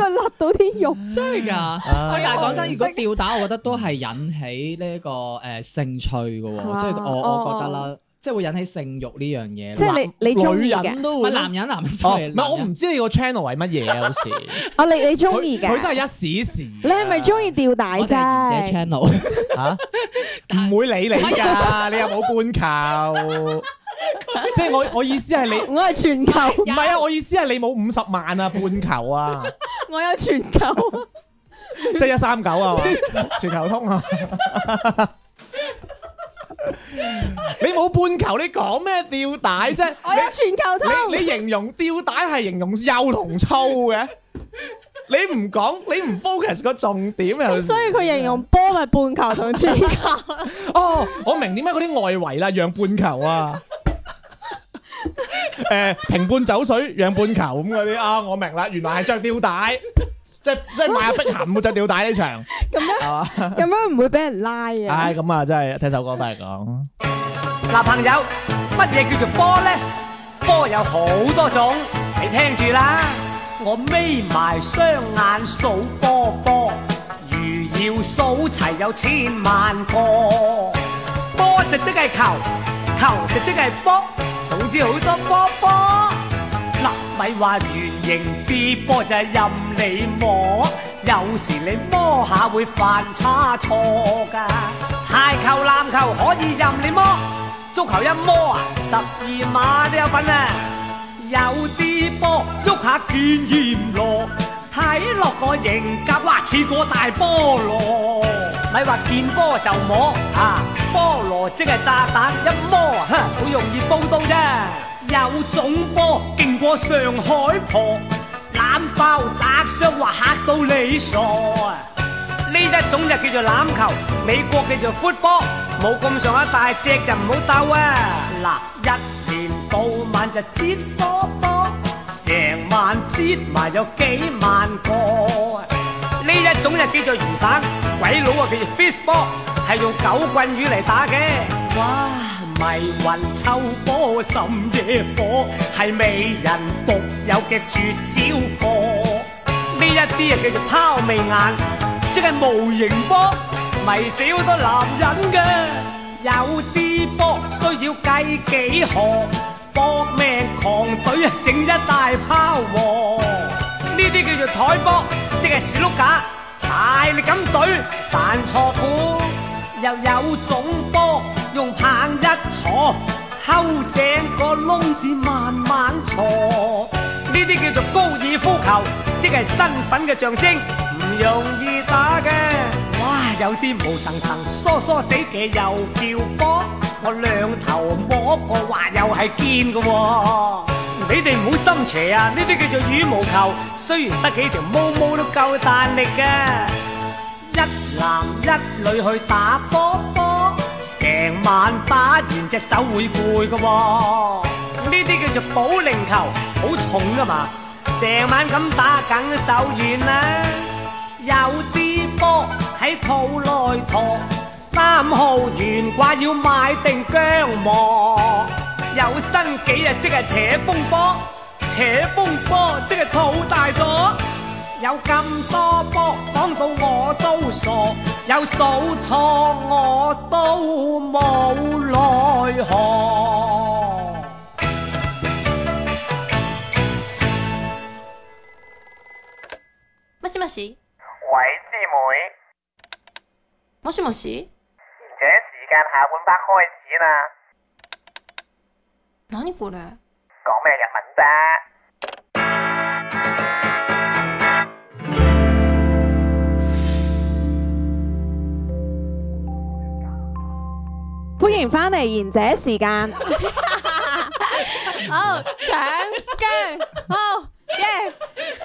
Speaker 2: 佢勒到啲肉。
Speaker 4: 真係㗎。
Speaker 1: 啊
Speaker 4: 但係講真，如果吊帶，我覺得都係引起呢個誒興趣嘅喎，
Speaker 2: 啊
Speaker 4: 即係我我覺得啦，即係會引起性慾呢樣嘢
Speaker 2: 即
Speaker 4: 咯。
Speaker 2: 係你你中
Speaker 1: 女
Speaker 2: 意嘅
Speaker 1: 人都
Speaker 4: 唔係
Speaker 1: 會。
Speaker 4: 男人男人
Speaker 1: 哦，
Speaker 4: sorry，
Speaker 1: 唔係我
Speaker 4: 男
Speaker 1: 唔
Speaker 4: 人
Speaker 1: 知你個 channel 係乜嘢啊， 有時
Speaker 2: 啊，你你中意
Speaker 1: 佢佢
Speaker 2: 嘅，
Speaker 1: 真係一時啊時。
Speaker 2: 你係咪中意吊帶
Speaker 4: 我哋係賢
Speaker 2: 啫？
Speaker 4: 者 channel，
Speaker 1: 吓，唔啊會理你㗎，你又 冇半球，即係我我意思係你。
Speaker 2: 我係全球，
Speaker 1: 唔係啊！我意思係你冇五十萬啊，半球啊，
Speaker 2: 我有全球。
Speaker 1: 即係一三九啊 嘛，全球通啊！ 你冇半球，你講咩吊帶啫？
Speaker 2: 我有全球通，
Speaker 1: 你你形容吊帶係形容幼同粗嘅，你唔講你唔 focus 個重點又
Speaker 3: 所以佢形容波咪半球同全球，
Speaker 1: 哦，我明點解嗰啲外圍啦，讓半球啊，誒、平半走水讓半球咁嗰啲啊，我明啦，原來係着吊帶，即係即係買下碧咸冇着吊帶 呢場，
Speaker 2: 咁樣
Speaker 1: 係嘛？
Speaker 2: 咁樣唔會俾人拉啊！
Speaker 1: 唉，咁啊，真係聽首歌翻嚟講。
Speaker 5: 嗱，朋友，乜嘢叫做波呢？波有好多種，你聽住啦。我眯埋雙眼數波波，如要數齊有千萬個。波就即係球，球就即係波，總之好多波波。嗱，咪話圓形 B 波就係任你摸，有時你摸下會犯差錯㗎。排球、籃球可以任你摸，足球一摸啊，十二碼都有份啊！有啲波喐下見艷羅，睇落個型格，哇似個大菠蘿。咪話見波就摸啊，菠蘿即係炸彈，一摸哼，好容易煲到啫。有種波勁過上海婆，攬爆砸傷，哇嚇到你傻啊！呢一種就叫做欖球，美國叫做 football，冇咁上下大隻就唔好鬥啊！嗱，一年到晚就接波波，成晚接埋有幾萬個。呢一種就叫做魚蛋，鬼佬啊叫做 fishball，係用九棍魚嚟打嘅。哇！迷魂秋波甚惹火，係美人獨有嘅絕招課。呢一啲啊叫做拋媚眼，即係無形波，迷死好多男人嘅。有啲波需要計幾何，搏命狂隊啊，整一大拋喎。呢啲叫做台波，即係士碌架，大力咁隊，賺錯股。又有種波，用棒一坐，睺正個窿子慢慢坐。呢啲叫做高爾夫球，即係身份嘅象徵，唔容易打嘅。哇，有啲毛神神、疏疏地嘅又叫波，我兩頭摸過，話又係堅嘅喎。你哋唔好心邪啊！呢啲叫做羽毛球，雖然得幾條毛毛都夠彈力嘅。一男一女去打波波，成晚打完隻手會攰噶喎。呢啲叫做保齡球，好重噶嘛，成晚咁打梗手軟啦。有啲波喺肚內陀，三號懸掛要買定姜磨。有新幾日即係扯風波，扯風波即係肚大咗。有咁多波，講到我都傻，有數錯我都冇奈何。
Speaker 6: もしもし
Speaker 7: 喂，師妹，
Speaker 6: もしもし
Speaker 7: 而且時間下半 part 開始啦，
Speaker 6: 何これ
Speaker 7: 講咩日文啫？
Speaker 2: 歡迎翻嚟賢者時間，
Speaker 3: 好搶姜，好耶！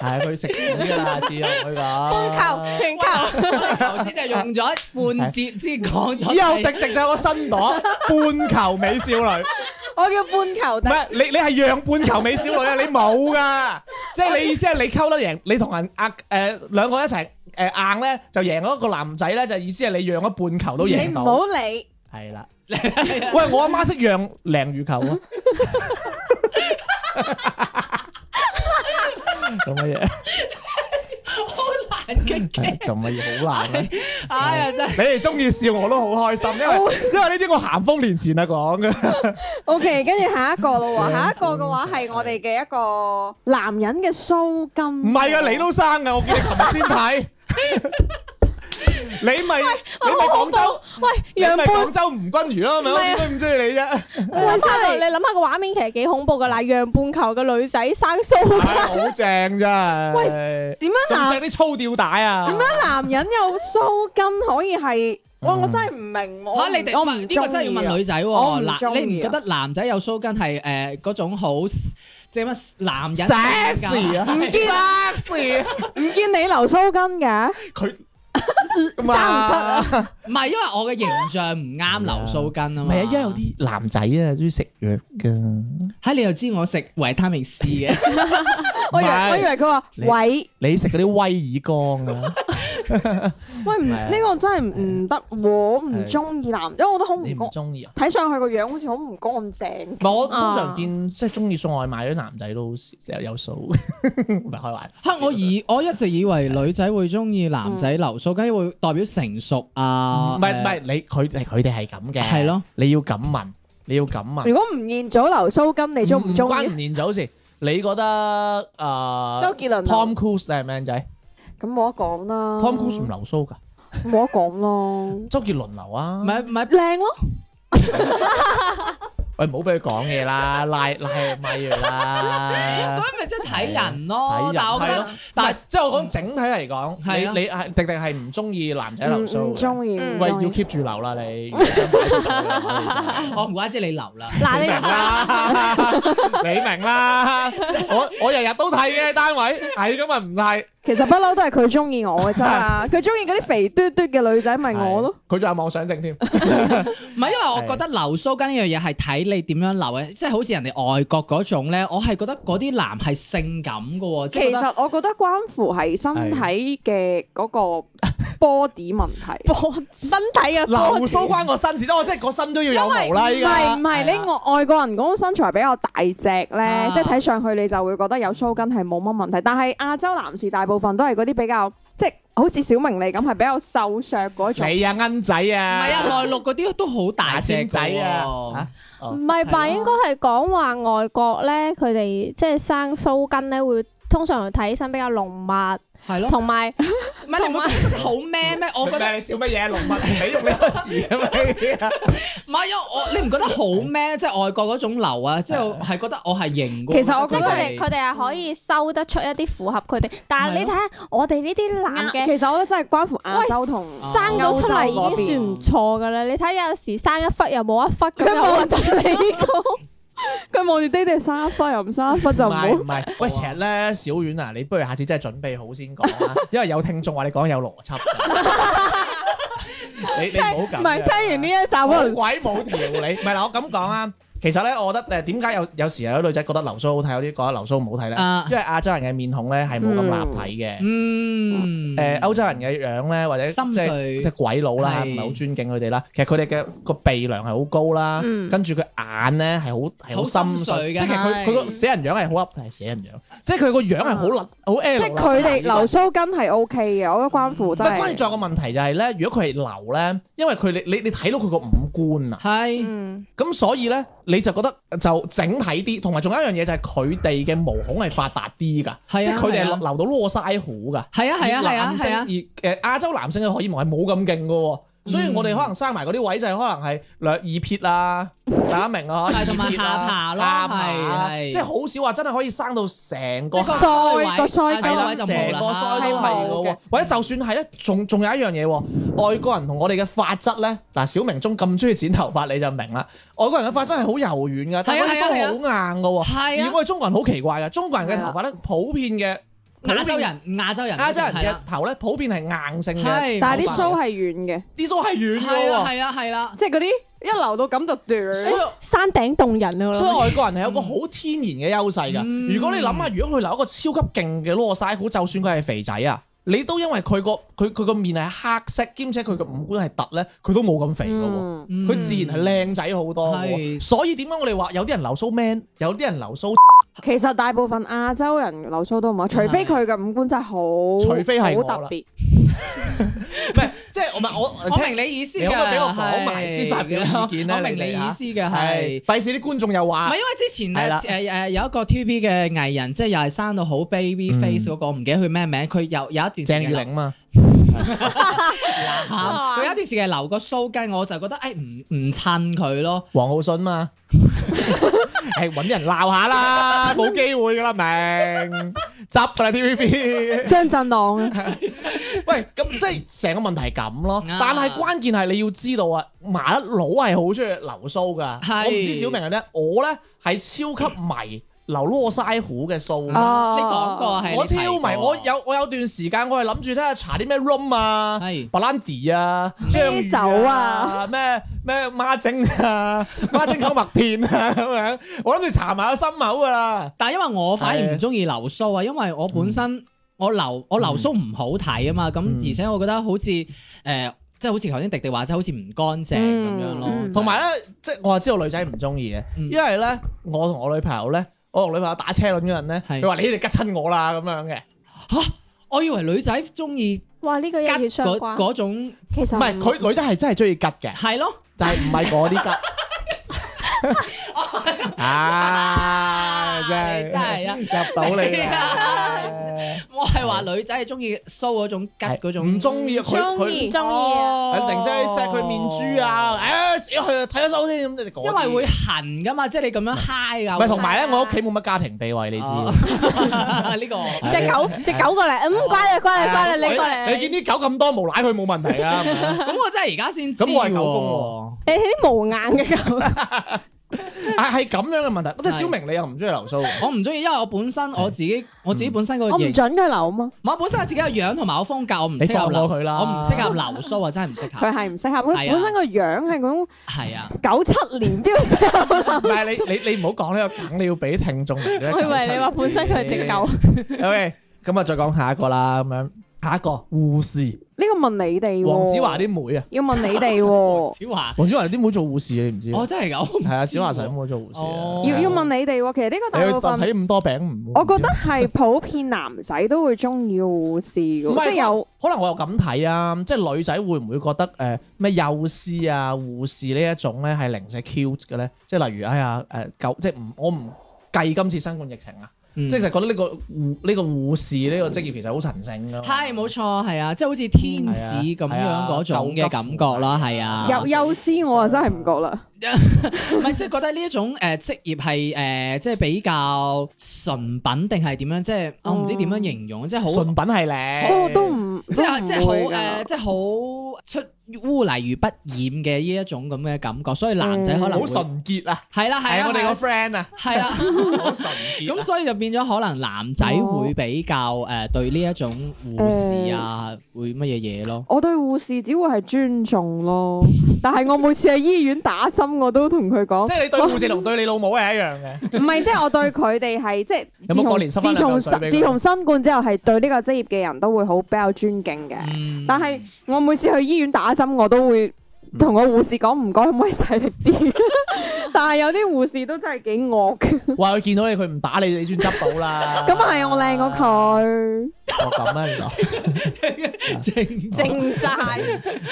Speaker 1: 係佢食屎㗎啦，下次同佢
Speaker 3: 半
Speaker 1: 講。
Speaker 3: 球全球，
Speaker 4: 頭先就用咗半節先講咗。
Speaker 1: 以後迪迪就有個新黨，半球美少女。
Speaker 2: 我叫半球
Speaker 1: 唔
Speaker 2: 弟，
Speaker 1: 係你你係讓半球美少女啊！你冇 噶，即係你意思係你溝得贏，你同人壓誒兩個一齊誒硬咧，就贏咗一個男仔咧，就意思係你讓咗半球都
Speaker 2: 你
Speaker 1: 贏
Speaker 2: 唔
Speaker 1: 到。
Speaker 2: 好理，
Speaker 1: 係 啦，喂，我阿媽識讓 鯪魚球啊！做乜嘢？
Speaker 4: 好難嘅劇，
Speaker 1: 做乜嘢好難咧？
Speaker 4: 哎呀真係。
Speaker 1: 你哋中意笑我都好開心，因為因為呢啲我咸豐年前啊講嘅。
Speaker 2: OK，跟住下一個咯 喎，下一個嘅
Speaker 1: 嗯
Speaker 2: 話係我哋嘅一個男人嘅鬚根，
Speaker 1: 唔係啊，你都生噶，我見你琴日先睇。你咪你咪廣州，
Speaker 3: 喂，
Speaker 1: 你
Speaker 3: 楊
Speaker 1: 咪
Speaker 3: 半
Speaker 1: 廣州吳君如咯，係咪？
Speaker 3: 唔係啊
Speaker 1: 我點解唔中意你啫？
Speaker 3: 諗翻嚟，你諗下個畫面其實幾恐怖噶嗱，讓半球嘅女仔生鬚，
Speaker 1: 唉好正咋？喂，
Speaker 2: 點樣
Speaker 1: 仲
Speaker 2: 男
Speaker 1: 着啲粗吊帶啊？
Speaker 2: 點解男人有鬚根可以係？哇！
Speaker 1: 嗯
Speaker 2: 我真係唔明喎，
Speaker 4: 嚇！你哋
Speaker 2: 我
Speaker 4: 我
Speaker 2: 唔
Speaker 4: 唔呢個真係要問女
Speaker 2: 仔，
Speaker 4: 仔
Speaker 2: 我唔
Speaker 4: 喎。
Speaker 2: 中
Speaker 4: 嗱，
Speaker 2: 意啊
Speaker 4: 你唔覺得男仔有鬚根係誒嗰種好即係乜男人
Speaker 1: sexy 啊？
Speaker 2: 唔見啊，唔見你留鬚根嘅，
Speaker 1: 佢生唔
Speaker 3: 出啊
Speaker 4: 唔係因為我嘅形象唔啱留鬚根啊
Speaker 1: 唔
Speaker 4: 嘛。
Speaker 1: 係啊，因為有啲男仔啊中意食藥㗎。
Speaker 4: 嚇你又知我食維他命 C 嘅，
Speaker 2: 我以為
Speaker 1: 唔係
Speaker 2: 我以為佢話
Speaker 1: 你
Speaker 2: 喂，
Speaker 1: 你食嗰啲威爾剛啊？
Speaker 2: 喂，唔
Speaker 1: 係啊
Speaker 2: 呢個真係唔得喎，我唔中意男，因為我覺得好
Speaker 1: 你唔
Speaker 2: 唔公，
Speaker 1: 中意啊？
Speaker 2: 睇上去個樣好似好唔乾淨。
Speaker 1: 唔係我通常見即係中意送外賣嗰啲男仔都好少有有數， 唔係開玩笑
Speaker 4: 吓我以我一直以為女仔會中意男仔留鬚，梗係會代表成熟啊，
Speaker 1: 唔係
Speaker 4: 誒
Speaker 1: 唔係，你佢哋佢哋係咁嘅，
Speaker 4: 係咯，
Speaker 1: 你要咁問，你要咁問，
Speaker 2: 如果吳彥祖留鬚根，
Speaker 4: 嗯
Speaker 2: 你中唔中
Speaker 1: 關
Speaker 2: 意
Speaker 1: 唔？年就好似你覺得誒
Speaker 2: 周杰倫哦留
Speaker 1: Tom Cruise 靚唔靚仔
Speaker 2: 咁冇得講啦。
Speaker 1: ？Tom Cruise 唔留須㗎，
Speaker 2: 冇得講咯，
Speaker 1: 周杰倫留啊
Speaker 4: 唔。係唔係
Speaker 2: 靚咯，
Speaker 1: 喂，唔好俾佢講嘢 啦，拉拉佢咪㗎啦
Speaker 4: 所。以咪即係睇人
Speaker 1: 睇
Speaker 4: 咯
Speaker 1: 人，
Speaker 4: 但係我覺
Speaker 1: 係
Speaker 4: 得
Speaker 1: 咯，但係
Speaker 4: 但
Speaker 1: 即係我講整體嚟
Speaker 4: 係
Speaker 1: 講，
Speaker 4: 啊
Speaker 1: 你你係迪迪係唔中意男仔留
Speaker 2: 唔
Speaker 1: 須
Speaker 2: 唔
Speaker 1: 嘅。
Speaker 2: 嗯中意。唔
Speaker 1: 喂，要
Speaker 2: 中意
Speaker 1: keep 住留啦 你，如果想擺脱佢嘅話你
Speaker 4: 係
Speaker 1: 就
Speaker 4: 我哦唔怪之你留啦。
Speaker 3: 嗱，
Speaker 1: 你
Speaker 3: 你
Speaker 1: 明啦， 你明啦，我我日日都睇嘅單位，係今日唔係，
Speaker 2: 其實不嬲都係佢中意我嘅啫嘛，佢中意嗰啲肥嘟嘟嘅女仔咪我咯。
Speaker 1: 係，佢仲有妄想症添，
Speaker 4: 唔係，因為我覺得留鬚根呢樣嘢係睇你點樣留嘅，即係好似人哋外國嗰種咧，我係覺得嗰啲男係性感嘅喎。即係
Speaker 2: 其
Speaker 4: 覺得
Speaker 2: 實我覺得關乎係身體嘅嗰個 body 問題。
Speaker 3: 波身體嘅
Speaker 1: 留
Speaker 3: 波
Speaker 1: 須關我身事，我即係個身都要有毛啦，依
Speaker 2: 唔係
Speaker 1: 家
Speaker 2: 唔係，你外外國人嗰種身材比較大隻咧
Speaker 4: 啊，
Speaker 2: 即係睇上去你就會覺得有鬚根係冇乜問題。但係亞洲男士大部分都係嗰啲比較即係好似小明你咁係比較瘦削嗰種。
Speaker 1: 你啊，恩仔
Speaker 4: 唔
Speaker 1: 啊，
Speaker 4: 係啊，內陸嗰啲都好大
Speaker 2: 啊
Speaker 1: 牙
Speaker 4: 隻
Speaker 1: 籤仔
Speaker 4: 嘅
Speaker 1: 啊，
Speaker 4: 喎
Speaker 1: 嚇。
Speaker 3: 唔係吧？
Speaker 4: 係咯
Speaker 3: 應該係講話外國咧，佢哋即係生鬚根咧，會通常睇起身比較濃密，
Speaker 4: 係咯，
Speaker 3: 同埋
Speaker 4: 唔係你唔好覺得好 man 咩？我覺得
Speaker 1: 你笑乜嘢？龍物唔俾用呢個詞啊
Speaker 4: 唔係，因為我你唔覺得好 man？即係外國嗰種流啊，即係我係覺得我係型嘅喎。
Speaker 2: 其實我
Speaker 3: 即係
Speaker 2: 覺得
Speaker 3: 佢哋佢哋係可以收得出一啲符合佢哋。但係你睇下我哋呢啲男嘅。
Speaker 2: 其實我覺得真係關乎亞洲同
Speaker 3: 生到出嚟已經算唔錯噶啦，你睇有時生一忽又冇一忽咁樣，我覺得
Speaker 2: 你個，佢望住爹哋生忽又唔生 忽就唔
Speaker 1: 唔
Speaker 2: 好
Speaker 1: 係唔係，喂，其實咧，小丸啊，你不如下次真係準備好先講啦，因為有聽眾話你講有邏輯 㗎。你你唔好咁。
Speaker 2: 唔係聽完呢一集
Speaker 3: 啊
Speaker 2: 可
Speaker 1: 冇
Speaker 2: 能
Speaker 1: 鬼冇條理，唔係嗱，我咁講啊。其實咧，我覺得誒點解有有時有啲女仔覺得留須好睇，有啲覺得留須唔好睇咧？
Speaker 4: 啊
Speaker 1: 因為亞洲人嘅面孔咧係冇咁立體嘅。
Speaker 4: 嗯
Speaker 1: 誒歐洲人嘅樣咧，或者
Speaker 4: 心
Speaker 1: 即係
Speaker 4: 碎
Speaker 1: 即係鬼佬啦，
Speaker 4: 係
Speaker 1: 唔係好尊敬佢哋啦。其實佢哋嘅個鼻梁係好高啦，
Speaker 3: 嗯
Speaker 1: 跟住佢眼咧係好係好
Speaker 4: 好
Speaker 1: 深
Speaker 4: 深
Speaker 1: 邃
Speaker 4: 邃
Speaker 1: 嘅。即
Speaker 4: 嘅
Speaker 1: 係其實佢
Speaker 4: 係
Speaker 1: 佢個死人樣係好係死人樣，即係佢個樣係好立好 L 啦。
Speaker 2: 即係佢哋留鬚根係 O K 嘅，我覺得關乎
Speaker 1: 唔
Speaker 2: 真
Speaker 1: 係關鍵
Speaker 2: 係。
Speaker 1: 仲有個問題就係咧，如果佢係流咧，因為佢你你你睇到佢個五官啊。
Speaker 4: 係
Speaker 3: 嗯，
Speaker 1: 咁所以咧，你就覺得就整體啲，同埋仲有一樣嘢就係佢哋嘅毛孔係發達啲㗎，
Speaker 4: 係啊
Speaker 1: 即係佢哋係
Speaker 4: 係
Speaker 1: 流
Speaker 4: 啊
Speaker 1: 流到攞晒虎㗎。
Speaker 4: 係啊係啊係啊
Speaker 1: 男性
Speaker 4: 係啊，
Speaker 1: 而誒呃亞洲男性嘅荷爾蒙係冇咁勁㗎喎，所以我哋可能生埋嗰啲位就係可能係兩二撇啊，大家明啊？
Speaker 4: 嗯係同埋
Speaker 1: 二撇啊
Speaker 4: 下巴咯
Speaker 1: 下巴啊
Speaker 4: 係係
Speaker 1: 即係好少話真係可以生到成個
Speaker 4: 即係個
Speaker 2: 腮個腮
Speaker 1: 係
Speaker 2: 根
Speaker 1: 啦，
Speaker 4: 位
Speaker 1: 成
Speaker 4: 就
Speaker 1: 個
Speaker 4: 冇
Speaker 1: 腮
Speaker 4: 啦
Speaker 1: 都係
Speaker 2: 係冇
Speaker 1: 喎
Speaker 2: 嘅，
Speaker 1: 或者就算係咧，仲仲有一樣嘢喎，外國人同我哋嘅髮質咧，嗱小明中咁中意剪頭髮你就明啦，外國人嘅髮質係好柔軟噶，但係佢哋
Speaker 4: 係啊係
Speaker 1: 梳
Speaker 4: 啊
Speaker 1: 好硬噶喎，而
Speaker 4: 係啊，
Speaker 1: 我哋中國人好奇怪嘅，中國人嘅頭髮咧普遍嘅
Speaker 4: 亞洲人亞洲人
Speaker 1: 亞洲人
Speaker 4: 係啦
Speaker 1: 嘅頭咧普遍係硬性嘅，
Speaker 4: 係，
Speaker 2: 但係啲
Speaker 1: 頭
Speaker 2: 鬚係軟嘅，
Speaker 1: 啲鬚係軟
Speaker 4: 係啦
Speaker 1: 嘅喎。
Speaker 4: 係啦係啦。
Speaker 2: 即係嗰啲一留到咁就斷。
Speaker 1: 所以
Speaker 3: 山頂洞人啊，
Speaker 1: 所以外國人係有個好天然嘅優勢㗎。
Speaker 4: 嗯
Speaker 1: 如果你諗下，如果佢留一個超級勁嘅羅腮胡，就算佢係肥仔啊，你都因為佢個佢佢個面係黑色，兼且佢個五官係突咧，佢都冇咁肥㗎喎。
Speaker 2: 嗯，
Speaker 4: 嗯
Speaker 1: 佢自然係靚仔好多㗎喎。
Speaker 4: 係
Speaker 1: 所以點解我哋話有啲人留鬚 man，有啲人留鬚，
Speaker 2: 其實大部分亞洲人留鬚都唔係，除非佢嘅五官真係好，
Speaker 1: 除非係我
Speaker 2: 好
Speaker 1: 啦
Speaker 2: 特別。
Speaker 1: 唔係即係我唔係我
Speaker 4: 我明你意思㗎，
Speaker 1: 你可唔可以俾我講埋先發表意見咧
Speaker 4: 我明
Speaker 1: 你哋
Speaker 4: 你
Speaker 1: 啊
Speaker 4: 意思嘅係
Speaker 1: 係。費事啲觀眾又
Speaker 4: 唔係
Speaker 1: 話
Speaker 4: 因為之前
Speaker 1: 係啦
Speaker 4: 咧誒誒有一個 TVB 嘅藝人，即係又係生到好 baby face 嗰個，唔記得佢咩名。佢有有一段時
Speaker 1: 嗯鄭
Speaker 4: 間
Speaker 1: 裕 玲嘛，
Speaker 4: 嚇佢有一段時間留個鬚根，我就覺得誒唔唔襯佢咯。
Speaker 1: 黃浩信 嘛，係揾人鬧下啦，冇機會㗎啦，明執㗎啦 TVB。
Speaker 2: 張振朗 啊，
Speaker 1: 喂，咁即係成個問題係咁咯。
Speaker 4: 啊
Speaker 1: 但係關鍵係你要知道啊，麻甩佬係好中意留須噶。
Speaker 4: 係
Speaker 1: 我唔知小明係咧，我咧係超級迷留羅腮胡嘅須。
Speaker 2: 啊
Speaker 4: 你講過係
Speaker 1: 我超
Speaker 4: 你提過
Speaker 1: 迷，我有我有段時間我係諗住睇下查啲咩 room 啊。
Speaker 4: 係嗯
Speaker 1: Blandi 啊，章魚
Speaker 2: 啤酒啊，
Speaker 1: 咩咩孖精啊， 孖精口麥片啊 咁樣，我諗住查埋個心口噶啦。
Speaker 4: 但係因為我反而
Speaker 1: 係
Speaker 4: 唔中意留鬚啊，因為我本身我留我留鬚唔好睇啊嘛，咁、
Speaker 1: 嗯
Speaker 4: 而且我覺得好似誒、呃即係好似頭先迪迪話齋，好似唔乾淨咁樣咯。
Speaker 2: 嗯
Speaker 1: 同埋咧，即係我係知道女仔唔中意嘅，
Speaker 4: 嗯
Speaker 1: 因為咧，我同我女朋友咧，我同女朋友打車輪嗰陣咧，
Speaker 4: 係
Speaker 1: 佢話你哋吉親我啦咁樣嘅，
Speaker 4: 我以為女仔中意
Speaker 3: 哇！呢個
Speaker 4: 吉
Speaker 3: 一啊血相
Speaker 4: 嗰
Speaker 3: 關，
Speaker 4: 嗰種
Speaker 2: 其
Speaker 1: 唔
Speaker 2: 實
Speaker 1: 係佢女仔係真係中意吉嘅，
Speaker 4: 係咯，
Speaker 1: 但係唔係嗰啲吉。啊！真係
Speaker 4: 你真係啊
Speaker 1: 入到你啦！
Speaker 4: 我係話女仔係中意梳嗰種吉嗰種，
Speaker 1: 唔中意佢佢，
Speaker 3: 唔中意啊！
Speaker 4: 哦
Speaker 1: 係突然之間錫佢面珠啊！誒，去睇咗手先咁，即係嗰啲
Speaker 4: 因為會痕噶嘛，即係你咁樣啊嗨
Speaker 1: 唔
Speaker 4: 噶。
Speaker 1: 係同埋咧，我屋企冇乜家庭地位，你 知。
Speaker 4: 哦 呢個
Speaker 3: 只狗
Speaker 1: 啊
Speaker 3: 只狗過嚟，嗯，乖啦，乖啦，乖啦，你過嚟。
Speaker 1: 你見啲狗咁多無賴，佢冇問題啊。係 咪
Speaker 4: 咁我真係而家先知
Speaker 1: 咁我係狗
Speaker 4: 喎
Speaker 1: 公。
Speaker 3: 你係啲無眼嘅狗，
Speaker 1: 係係咁樣嘅問題。即係小明，你又唔中意留鬚嘅
Speaker 4: 我唔中意，因為我本身我自己我
Speaker 1: 嗯
Speaker 4: 自己本身個
Speaker 2: 我唔
Speaker 4: 形，
Speaker 2: 準佢留啊嘛，
Speaker 4: 我本身我自己個樣同埋我風格，我唔
Speaker 1: 你
Speaker 4: 適合
Speaker 1: 放
Speaker 4: 留
Speaker 1: 過佢啦
Speaker 4: 我唔適合留須啊，真係唔適合。
Speaker 2: 佢係唔適合。佢
Speaker 4: 係啊
Speaker 2: 本身個樣係嗰種
Speaker 4: 係啊，
Speaker 2: 九七 年邊個適合
Speaker 1: 但係你你你唔好講呢個梗，你要俾聽眾明白
Speaker 3: 我以為你話本身佢係只狗。。
Speaker 1: OK，咁啊，再講下一個啦，咁樣下一個護士，
Speaker 2: 呢個問你
Speaker 4: 哦
Speaker 2: 哋喎，
Speaker 1: 黃子華啲妹啊，
Speaker 2: 要問你哋喎，
Speaker 4: 小華，
Speaker 1: 黃子華啲妹做護士，你唔知啊？
Speaker 4: 我真係咁。
Speaker 1: 哦係啊，小華細妹做護士啊
Speaker 4: 哦。
Speaker 2: 要要問你哋喎。其實呢個
Speaker 1: 你去
Speaker 2: 大部分
Speaker 1: 睇咁多餅唔？啊
Speaker 2: 我覺得係普遍男仔都會中意護士嘅
Speaker 1: 唔係
Speaker 2: 喎，即係有
Speaker 1: 可能我又咁睇啊，即係女仔會唔會覺得誒咩幼師啊、護士呢一種咧係零舍 cute 嘅咧？即係例如哎呀誒狗，即係唔我唔計今次新冠疫情啊，
Speaker 4: 嗯
Speaker 1: 即係其實覺得呢個護呢個護士呢個職業其實好神聖㗎嘛。
Speaker 4: 係冇錯，係啊，即係好似天使咁
Speaker 1: 係
Speaker 4: 樣
Speaker 1: 啊
Speaker 4: 嗰種嘅感覺啦，係
Speaker 1: 啊
Speaker 2: 有
Speaker 4: 啊，
Speaker 2: 幼師，我啊真係唔覺啦。
Speaker 4: 唔係即係覺得呢一種誒職業係誒即係比較純品定係點樣？即係我唔知點樣形容，即係好
Speaker 1: 純品係靚，
Speaker 2: 都都唔
Speaker 4: 即係即係好誒，
Speaker 2: 誒，
Speaker 4: 即係好出污泥而不染嘅呢一種咁嘅感覺，所以男仔可能
Speaker 1: 嗯好
Speaker 4: 會
Speaker 1: 純潔啊！
Speaker 4: 係啦係
Speaker 1: 係
Speaker 4: 啦，
Speaker 1: 我哋
Speaker 4: 係
Speaker 1: 個
Speaker 4: 啊
Speaker 1: friend 啊，
Speaker 4: 係啊，
Speaker 1: 好純潔
Speaker 4: 咁
Speaker 1: 啊。
Speaker 4: 所以就變咗可能男仔會比較誒對呢一種護士啊，會乜嘢嘢咯？
Speaker 2: 我對護士只會係尊重咯，但係我每次喺醫院打針，我都同佢講
Speaker 1: 即，係你對護士同對你老母係一樣嘅，
Speaker 2: 唔係即係我對佢哋係即係
Speaker 1: 有
Speaker 2: 自
Speaker 1: 冇過
Speaker 2: 從
Speaker 1: 年濕返
Speaker 2: 自
Speaker 1: 兩
Speaker 2: 從
Speaker 1: 嚿水俾
Speaker 2: 新
Speaker 1: 佢
Speaker 2: 自從新冠之後，係對呢個職業嘅人都會好比較尊敬嘅。
Speaker 4: 嗯
Speaker 2: 但係我每次去醫院打針，我都會同個護士講唔該，可唔可以細力啲？ 但係有啲護士都真係幾惡嘅，
Speaker 1: 話佢見到你佢唔打你，你先執到啦。
Speaker 2: 咁係我靚過佢。
Speaker 1: 哦。咁啊原來。
Speaker 4: 啊
Speaker 3: 靜晒，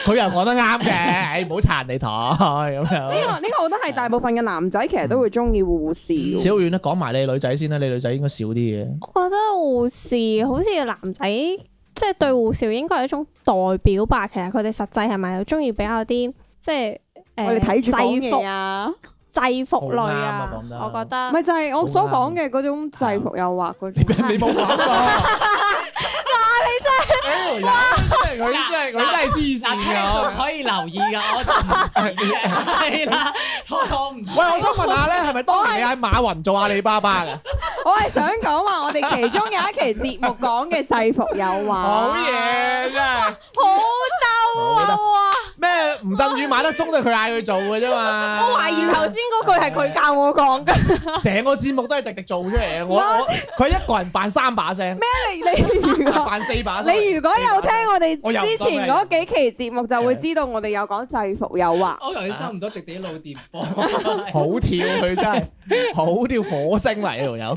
Speaker 1: 佢又講得啱嘅，唉唔好殘你台咁
Speaker 2: 呢個
Speaker 1: 樣。
Speaker 2: 呢個我覺得係大部分嘅男仔其實都會中意護士嘅。
Speaker 1: 小遠咧，講埋你女仔先啦，你女仔應該少啲嘅。
Speaker 3: 我覺得護士好似男仔，即係對護士應該係一種代表吧。其實佢哋實際係咪中意比較啲即係
Speaker 2: 我哋睇住講嘢
Speaker 3: 誒
Speaker 2: 啊，
Speaker 3: 制服制服類
Speaker 1: 好啱啊
Speaker 3: 啊
Speaker 1: 講？得
Speaker 3: 我覺得
Speaker 2: 咪就係我所講嘅嗰種制服誘惑嗰種。
Speaker 1: 你冇講過。哇！你真係，佢真係佢真係黐
Speaker 4: 嗱，
Speaker 1: 線
Speaker 4: 聽到
Speaker 1: 㗎。
Speaker 4: 可以留意噶， 我就唔知嘅，係啦，我我唔
Speaker 1: 喂，我想問下咧，係咪當年你喺馬雲做阿里巴巴㗎？
Speaker 2: 我係想講話，我哋其中有一期節目講嘅制服誘惑，
Speaker 1: 好嘢，真係好
Speaker 3: 好
Speaker 1: 得
Speaker 3: 嬲啊！
Speaker 1: 咩？吳鎮宇買得中都係佢嗌佢做嘅啫嘛。
Speaker 3: 我懷疑頭先嗰句係佢教我講嘅，
Speaker 1: 成個節目都係迪迪做出嚟嘅。我我佢一個人扮三把 聲，
Speaker 2: 你你 如果
Speaker 1: 扮四把聲。
Speaker 2: 你如果有聽我
Speaker 1: 我又
Speaker 2: 哋
Speaker 1: 唔
Speaker 2: 之
Speaker 1: 得咩
Speaker 2: 前嗰幾期節目，就會知道我哋有講制服誘惑。
Speaker 1: 哦
Speaker 4: 我頭先收唔到迪迪老電波，
Speaker 1: 好跳佢真係好跳火星嚟呢度有。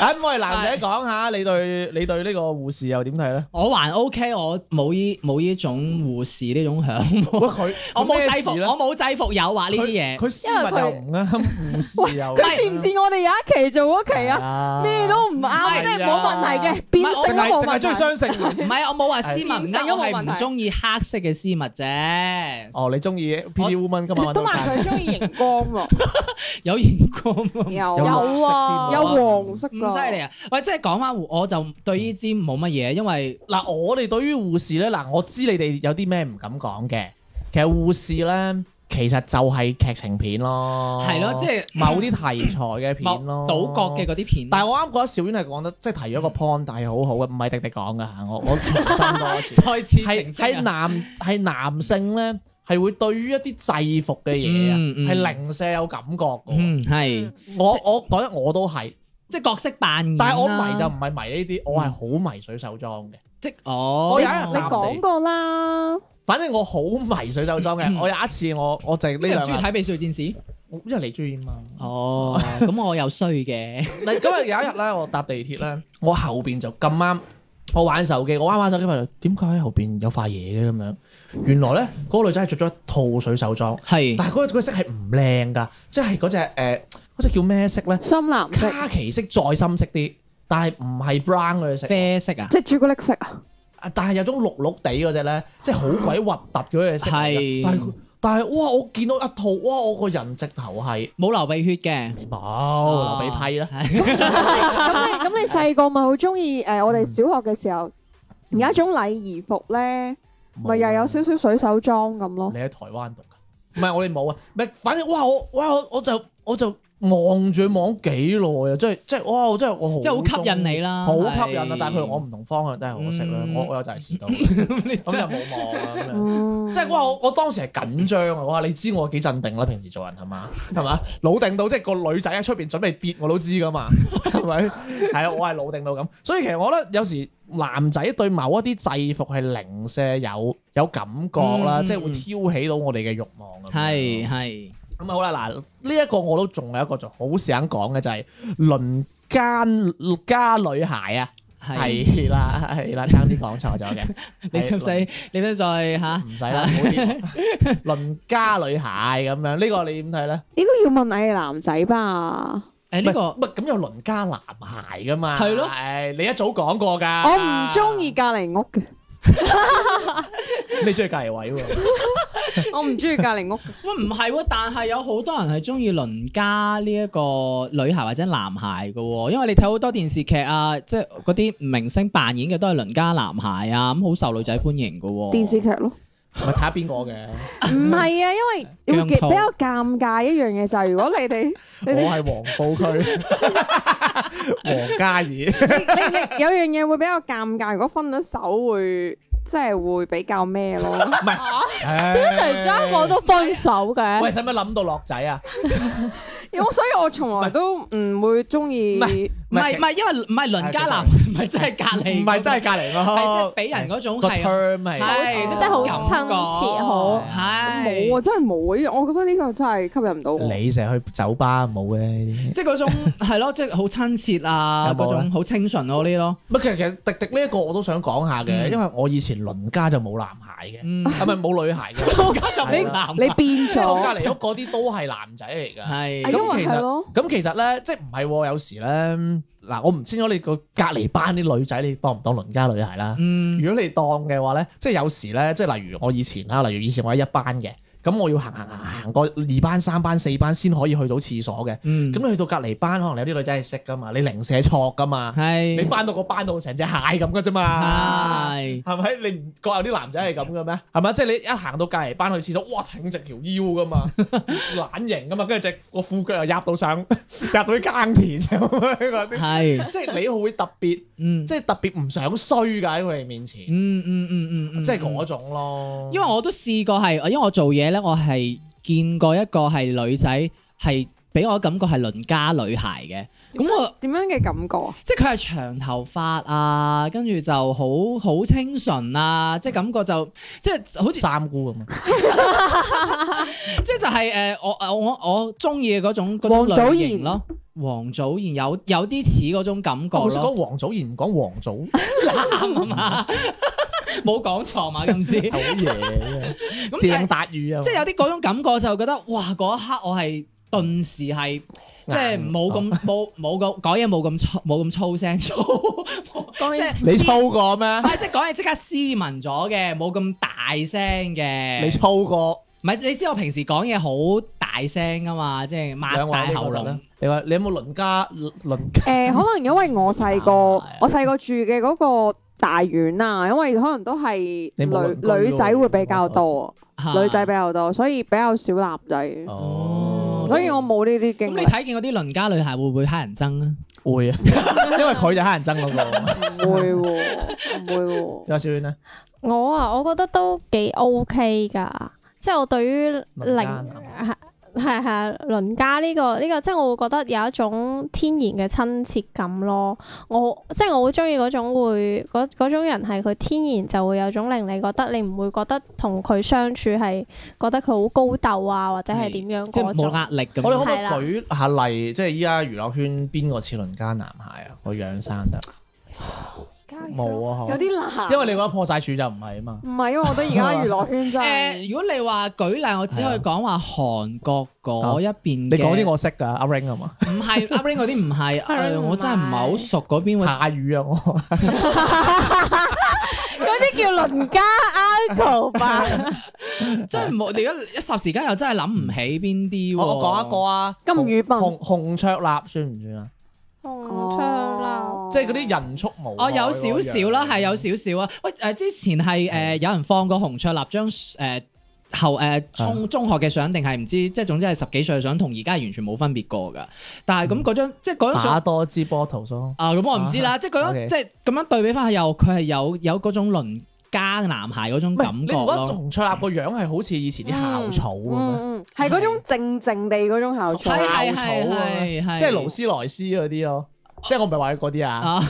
Speaker 1: 啊咁我哋男仔講下，你對你對呢個護士又點睇咧？
Speaker 4: 我還 OK，我冇依冇依種護士呢種享
Speaker 1: 喂
Speaker 4: 受，
Speaker 1: 佢
Speaker 4: 我冇制服，
Speaker 1: 咩事呢
Speaker 4: 我冇制服誘惑呢啲嘢。
Speaker 1: 佢斯文又唔啱，護士又
Speaker 2: 佢似唔似我哋有一期做嗰期啊？
Speaker 1: 啊
Speaker 2: 咩都唔啱，即係冇問題嘅，變性都冇
Speaker 1: 淨係
Speaker 2: 問
Speaker 1: 中意
Speaker 2: 題。
Speaker 1: 雙性戀。
Speaker 4: 唔係，啊我冇話絲襪唔
Speaker 2: 變性
Speaker 4: 啱，
Speaker 2: 都
Speaker 4: 我
Speaker 2: 冇問題
Speaker 4: 係唔中意黑色嘅絲襪啫，
Speaker 1: 哦，你中意 Pretty Woman 今日揾
Speaker 2: 都
Speaker 1: 到
Speaker 2: 話
Speaker 1: 曬
Speaker 2: 佢中意熒光喎，
Speaker 4: 有熒光啊
Speaker 2: 有
Speaker 1: 有
Speaker 2: 有
Speaker 3: 有啊，
Speaker 2: 有黃色
Speaker 4: 唔犀利
Speaker 2: 㗎。
Speaker 4: 啊！喂，即係講翻，我就對呢啲冇乜嘢，因為
Speaker 1: 嗱，我哋對於護士咧，嗱，我知你哋有啲咩唔敢講嘅。其實護士咧，其實就係劇情片咯，
Speaker 4: 係咯，即係
Speaker 1: 某啲題材嘅
Speaker 4: 某
Speaker 1: 片咯，
Speaker 4: 島國嘅嗰啲片。
Speaker 1: 但係我啱覺得小婉係講得即係提咗個 point，但係好好嘅，唔係迪迪講嘅嚇，我我 重申多 一次，
Speaker 4: 再次
Speaker 1: 係
Speaker 4: 澄清
Speaker 1: 係
Speaker 4: 啊
Speaker 1: 男係男性咧係會對於一啲制服嘅嘢啊
Speaker 4: 嗯嗯
Speaker 1: 係零舍有感覺嘅喎。
Speaker 4: 嗯係
Speaker 1: 我我覺得我都係，
Speaker 4: 即係角色扮嗯演啦。
Speaker 1: 但係我迷就唔係迷呢啲，我係好迷水手裝嘅。
Speaker 4: 即哦，
Speaker 1: 我有一
Speaker 2: 你
Speaker 1: 日
Speaker 2: 講過啦，
Speaker 1: 反正我好迷水手裝嘅。
Speaker 4: 嗯
Speaker 1: 我有一次我我就係呢
Speaker 4: 你唔
Speaker 1: 兩啊
Speaker 4: 中意
Speaker 1: 日，
Speaker 4: 睇《美少女戰士》？
Speaker 1: 我因為你中意嘛。
Speaker 4: 哦，咁我又衰嘅。
Speaker 1: 嗱，今日有一日咧，我搭地鐵咧，我後邊就咁啱，我玩手機，我玩玩手機咪點解喺後邊有塊嘢嘅咁樣？原來咧，嗰、個女仔係着咗一套水手裝，
Speaker 4: 係
Speaker 1: 但係嗰個色係唔靚噶，即係嗰只誒嗰只叫咩色咧？
Speaker 2: 深藍色，
Speaker 1: 卡其色再深色啲，但係唔係 brown 嗰隻色，
Speaker 4: 啡色啊，
Speaker 2: 即係朱古力色啊，
Speaker 1: 啊但係有種綠綠地嗰只咧，即係好鬼核突嗰隻色嚟㗎
Speaker 4: 係
Speaker 1: 但係但係哇，我見到一套哇，我個人直頭係
Speaker 4: 冇流鼻血嘅。
Speaker 1: 冇留俾批啦。
Speaker 2: 咁你咁你細個咪好中意誒？我哋小學嘅時候，有一種禮儀服咧，咪又有少少水手裝咁咯
Speaker 4: 哦
Speaker 1: 你。喺台灣讀㗎？唔係我哋冇啊，唔係反正哇我哇我我就我就望住佢望咗幾耐啊！即係即係哇！我真係我好
Speaker 4: 即係好吸引你啦
Speaker 1: 好吸引啊
Speaker 4: 係！
Speaker 1: 但係佢同我 唔同方向，真係可惜啦。
Speaker 4: 嗯
Speaker 1: 我我有就係 遲到，咁就冇望啊咁樣。
Speaker 2: 嗯
Speaker 1: 即係哇！我我當時係緊張啊！哇！你知我幾鎮定啦，平時做人係 嘛係嘛，老定到即係個女仔喺出邊準備跌我都知噶 嘛，係咪？係啊，我係老定到咁，所以其實我覺得有時男仔對某一啲制服係零舍有有感覺啦，
Speaker 4: 嗯
Speaker 1: 即係會挑起到我哋嘅慾望咁樣。
Speaker 4: 係係
Speaker 1: 咁啊好啦，嗱呢一個我都仲有一個就好想講嘅就係鄰間家女孩啊，
Speaker 4: 係。
Speaker 1: 係啦係啦，爭啲講錯咗嘅，
Speaker 4: 你使唔使？你使唔使再吓？
Speaker 1: 唔使啦，唔好啲鄰家女孩咁樣，呢、個你點睇咧？
Speaker 2: 呢個要問你哋男仔吧，
Speaker 4: 誒呢
Speaker 1: 唔
Speaker 4: 個
Speaker 1: 係咁有鄰家男孩噶嘛？
Speaker 4: 係咯
Speaker 1: 係你一早講過噶。
Speaker 2: 我唔中意，隔離屋嘅，
Speaker 1: 你中意隔離位喎。
Speaker 2: 我唔中意隔離屋。
Speaker 4: 喂唔係喎，但係有好多人係中意鄰家呢一個女孩或者男孩嘅喎，因為你睇好多電視劇啊，即係嗰啲明星扮演嘅都係鄰家男孩啊，咁好受女仔歡迎嘅喎。
Speaker 2: 電視劇咯，
Speaker 1: 咪睇下邊個嘅，
Speaker 2: 唔係啊，因為會
Speaker 4: 姜
Speaker 2: 比
Speaker 4: 濤
Speaker 2: 較尷尬一樣嘢就係，如果你哋
Speaker 1: 我
Speaker 2: 你哋
Speaker 1: 係黃埔區黃嘉怡。
Speaker 2: 你你有樣嘢會比較尷尬，如果分咗手會即係會比較 咩咯？
Speaker 3: 點解突然之間講到分手嘅？
Speaker 1: 喂，使唔使諗到樂仔啊？
Speaker 2: 因為所以我從來都唔會中意
Speaker 1: 唔係
Speaker 4: 唔係唔係，因為唔係鄰家男，唔係真係隔離，
Speaker 1: 唔係真係隔離
Speaker 4: 係即係
Speaker 1: 咯，
Speaker 4: 俾人嗰種
Speaker 1: 個
Speaker 4: 係啊
Speaker 1: term 係
Speaker 4: 係
Speaker 3: 真係好
Speaker 4: 感
Speaker 3: 親切好
Speaker 4: 覺係
Speaker 2: 冇啊，真係冇啊！我覺得呢個真係吸引唔到我。
Speaker 1: 你成日去酒吧冇嘅呢啲。
Speaker 4: 即係嗰 種係咯，即係好親切啊，
Speaker 1: 有冇
Speaker 4: 嗰
Speaker 1: 咧
Speaker 4: 種好清純嗰啲咯。
Speaker 1: 唔係，其實其實迪迪呢一個我都想講下嘅，
Speaker 4: 嗯
Speaker 1: 因為我以前鄰家就冇男孩嘅，
Speaker 4: 嗯，
Speaker 1: 啊係咪冇女孩嘅？
Speaker 4: 我家就
Speaker 1: 你
Speaker 4: 冇男，
Speaker 2: 你變
Speaker 1: 即係我隔
Speaker 2: 咗，
Speaker 1: 離屋嗰啲都係男仔嚟㗎。
Speaker 2: 啊
Speaker 4: 係
Speaker 2: 因
Speaker 1: 咁
Speaker 2: 為
Speaker 1: 其實
Speaker 2: 係咯，
Speaker 1: 咁其實咧，即係唔係喎？有時咧，嗱，我唔清楚你個隔離班啲女仔，你當唔當鄰家女孩啦？
Speaker 4: 嗯
Speaker 1: 如果你當嘅話咧，即係有時咧，即係例如我以前啦，例如以前我喺一班嘅，咁我要行行行行過二班、三班、四班先可以去到廁所嘅。
Speaker 4: 嗯，
Speaker 1: 咁你去到隔離班，可能有啲女仔係識㗎嘛，你零舍錯㗎嘛，你
Speaker 4: 係
Speaker 1: 翻到個班度成隻蟹咁㗎啫嘛。
Speaker 4: 係
Speaker 1: 係咪？你唔覺有啲男仔係咁嘅咩？係咪？即係你一行到隔離班去廁所，哇挺直條腰噶 嘛，懶型噶嘛，跟住隻個褲腳又入到上，入 到啲耕田咁樣嗰啲。
Speaker 4: 係，
Speaker 1: 即係你會特別，
Speaker 4: 嗯，
Speaker 1: 即係特別唔想衰㗎喺佢哋面前，
Speaker 4: 嗯嗯嗯嗯嗯，
Speaker 1: 即係嗰種咯。
Speaker 4: 因為我都試過係，因為我做嘢咧，我係見過一個係女仔係俾我感覺係鄰家女孩嘅。咁我
Speaker 2: 點樣嘅感覺 啊？
Speaker 4: 即係佢係長頭髮啊，跟住就好好清純啊，即係感覺就即係好似
Speaker 1: 三姑咁啊，
Speaker 4: 即係就係、誒、我我我我中意嘅嗰種嗰種
Speaker 2: 王祖
Speaker 4: 類
Speaker 2: 賢
Speaker 4: 型咯。王祖賢有有啲似嗰種感覺
Speaker 1: 我好想
Speaker 4: 咯，
Speaker 1: 講黃祖賢，唔講黃祖，
Speaker 4: 啱啊嘛，冇講錯嘛今次，
Speaker 1: 好嘢啊，
Speaker 4: 咁 即
Speaker 1: 鄭
Speaker 4: 係
Speaker 1: 達宇啊，
Speaker 4: 即係有啲嗰種感覺就覺得哇嗰一刻我係頓時係
Speaker 1: 嗯
Speaker 4: 即係冇咁冇冇咁講嘢冇咁粗冇咁粗聲 粗，
Speaker 3: 講
Speaker 4: 即
Speaker 3: 嘢
Speaker 4: 係
Speaker 1: 你操過咩
Speaker 4: 唔？係即係講嘢即刻斯文咗嘅，冇咁大聲嘅，
Speaker 1: 你操過
Speaker 4: 唔係，你知我平時講嘢好大聲噶嘛，即係
Speaker 1: 兩
Speaker 4: 擘
Speaker 1: 位
Speaker 4: 大
Speaker 1: 呢個
Speaker 4: 喉
Speaker 1: 覺得
Speaker 4: 嚨
Speaker 1: 咧。你話你有冇鄰家鄰家？
Speaker 2: 誒，可能因為我 細個，我細個住嘅嗰個大院啊，因為可能都係
Speaker 1: 你冇人工
Speaker 2: 女女仔會比較多，
Speaker 4: 嚇
Speaker 2: 女仔比較多，所以比較少男
Speaker 4: 嗯
Speaker 2: 仔，
Speaker 4: 哦
Speaker 2: 所以我冇呢啲
Speaker 4: 咁
Speaker 2: 經
Speaker 4: 你
Speaker 2: 歷，
Speaker 4: 睇見嗰啲鄰家女孩會唔會乞人憎啊？
Speaker 1: 會啊， 因為佢就黑人憎嗰個。
Speaker 2: 唔會 喎，唔會喎。
Speaker 1: 有小遠咧，
Speaker 3: 我啊，我覺得都幾 OK 噶，即係我對於
Speaker 1: 鄰
Speaker 3: 鄰
Speaker 1: 家男
Speaker 3: 係係係鄰家呢、個呢、個，即係我會覺得有一種天然嘅親切感咯。我即係我好中意嗰種會嗰嗰種人係佢天然就會有種令你覺得你唔會覺得同佢相處係覺得佢好高竇啊，或者係點樣
Speaker 4: 即係
Speaker 3: 嗰
Speaker 4: 冇
Speaker 3: 種。
Speaker 4: 壓力咁
Speaker 1: 我哋可
Speaker 4: 樣。
Speaker 1: 唔
Speaker 3: 係啦
Speaker 1: 可以舉下例？即係依家娛樂圈邊個似鄰家男孩啊？個樣生得冇啊，
Speaker 2: 有
Speaker 1: 嗬
Speaker 2: 啲難。
Speaker 1: 因為你覺得破晒處就唔係啊嘛。
Speaker 2: 唔係，因為我覺得 而家娛樂圈真係
Speaker 4: 誒，如果你話舉例，我只可以講話韓國嗰一邊
Speaker 1: 你
Speaker 4: 嘅
Speaker 1: 講啲我識㗎，阿 Ring 啊嘛，
Speaker 4: 唔 係阿 Rain 嗰啲唔係，
Speaker 3: 阿 Rain
Speaker 4: 誒
Speaker 3: 唔係
Speaker 4: 我真係唔係好熟嗰邊喎。
Speaker 1: 下雨啊我。
Speaker 3: 嗰啲叫鄰家 uncle 吧。
Speaker 4: 真係冇，你而家一霎時間又真係諗唔起邊啲 喎。
Speaker 1: 我我講一個啊，
Speaker 2: 金魚笨
Speaker 1: 紅紅雀立算唔算啊？
Speaker 3: 紅窗
Speaker 2: 哦
Speaker 3: 啦，
Speaker 1: 即係嗰啲人畜無害
Speaker 4: 哦，有
Speaker 1: 嗰
Speaker 4: 少少啦，係有少少啊。喂，誒、之前係誒、呃有人放過洪卓立張誒後
Speaker 1: 啊
Speaker 4: 誒中中學嘅相，定係唔知，即係總之係十幾歲嘅相，同而家完全冇分別過㗎。但係咁嗰張，即係嗰張相
Speaker 1: 嗯打。多支波頭咯。
Speaker 4: 啊，咁我唔知啦，即係嗰種
Speaker 1: OK
Speaker 4: 即係咁樣對比翻，又佢係有有嗰種鄰家男孩嗰種
Speaker 1: 唔係
Speaker 4: 感
Speaker 1: 你唔
Speaker 4: 覺
Speaker 1: 覺得
Speaker 4: 咯。
Speaker 1: 洪卓立個樣係好似以前啲校草咁咩？
Speaker 2: 嗯嗯，係嗰種靜靜地嗰種校草
Speaker 1: 係。
Speaker 4: 係係
Speaker 1: 校草咁樣
Speaker 4: 係係
Speaker 1: 即係勞斯萊斯嗰啲咯。即係我唔係話佢嗰啲啊，
Speaker 4: 啊，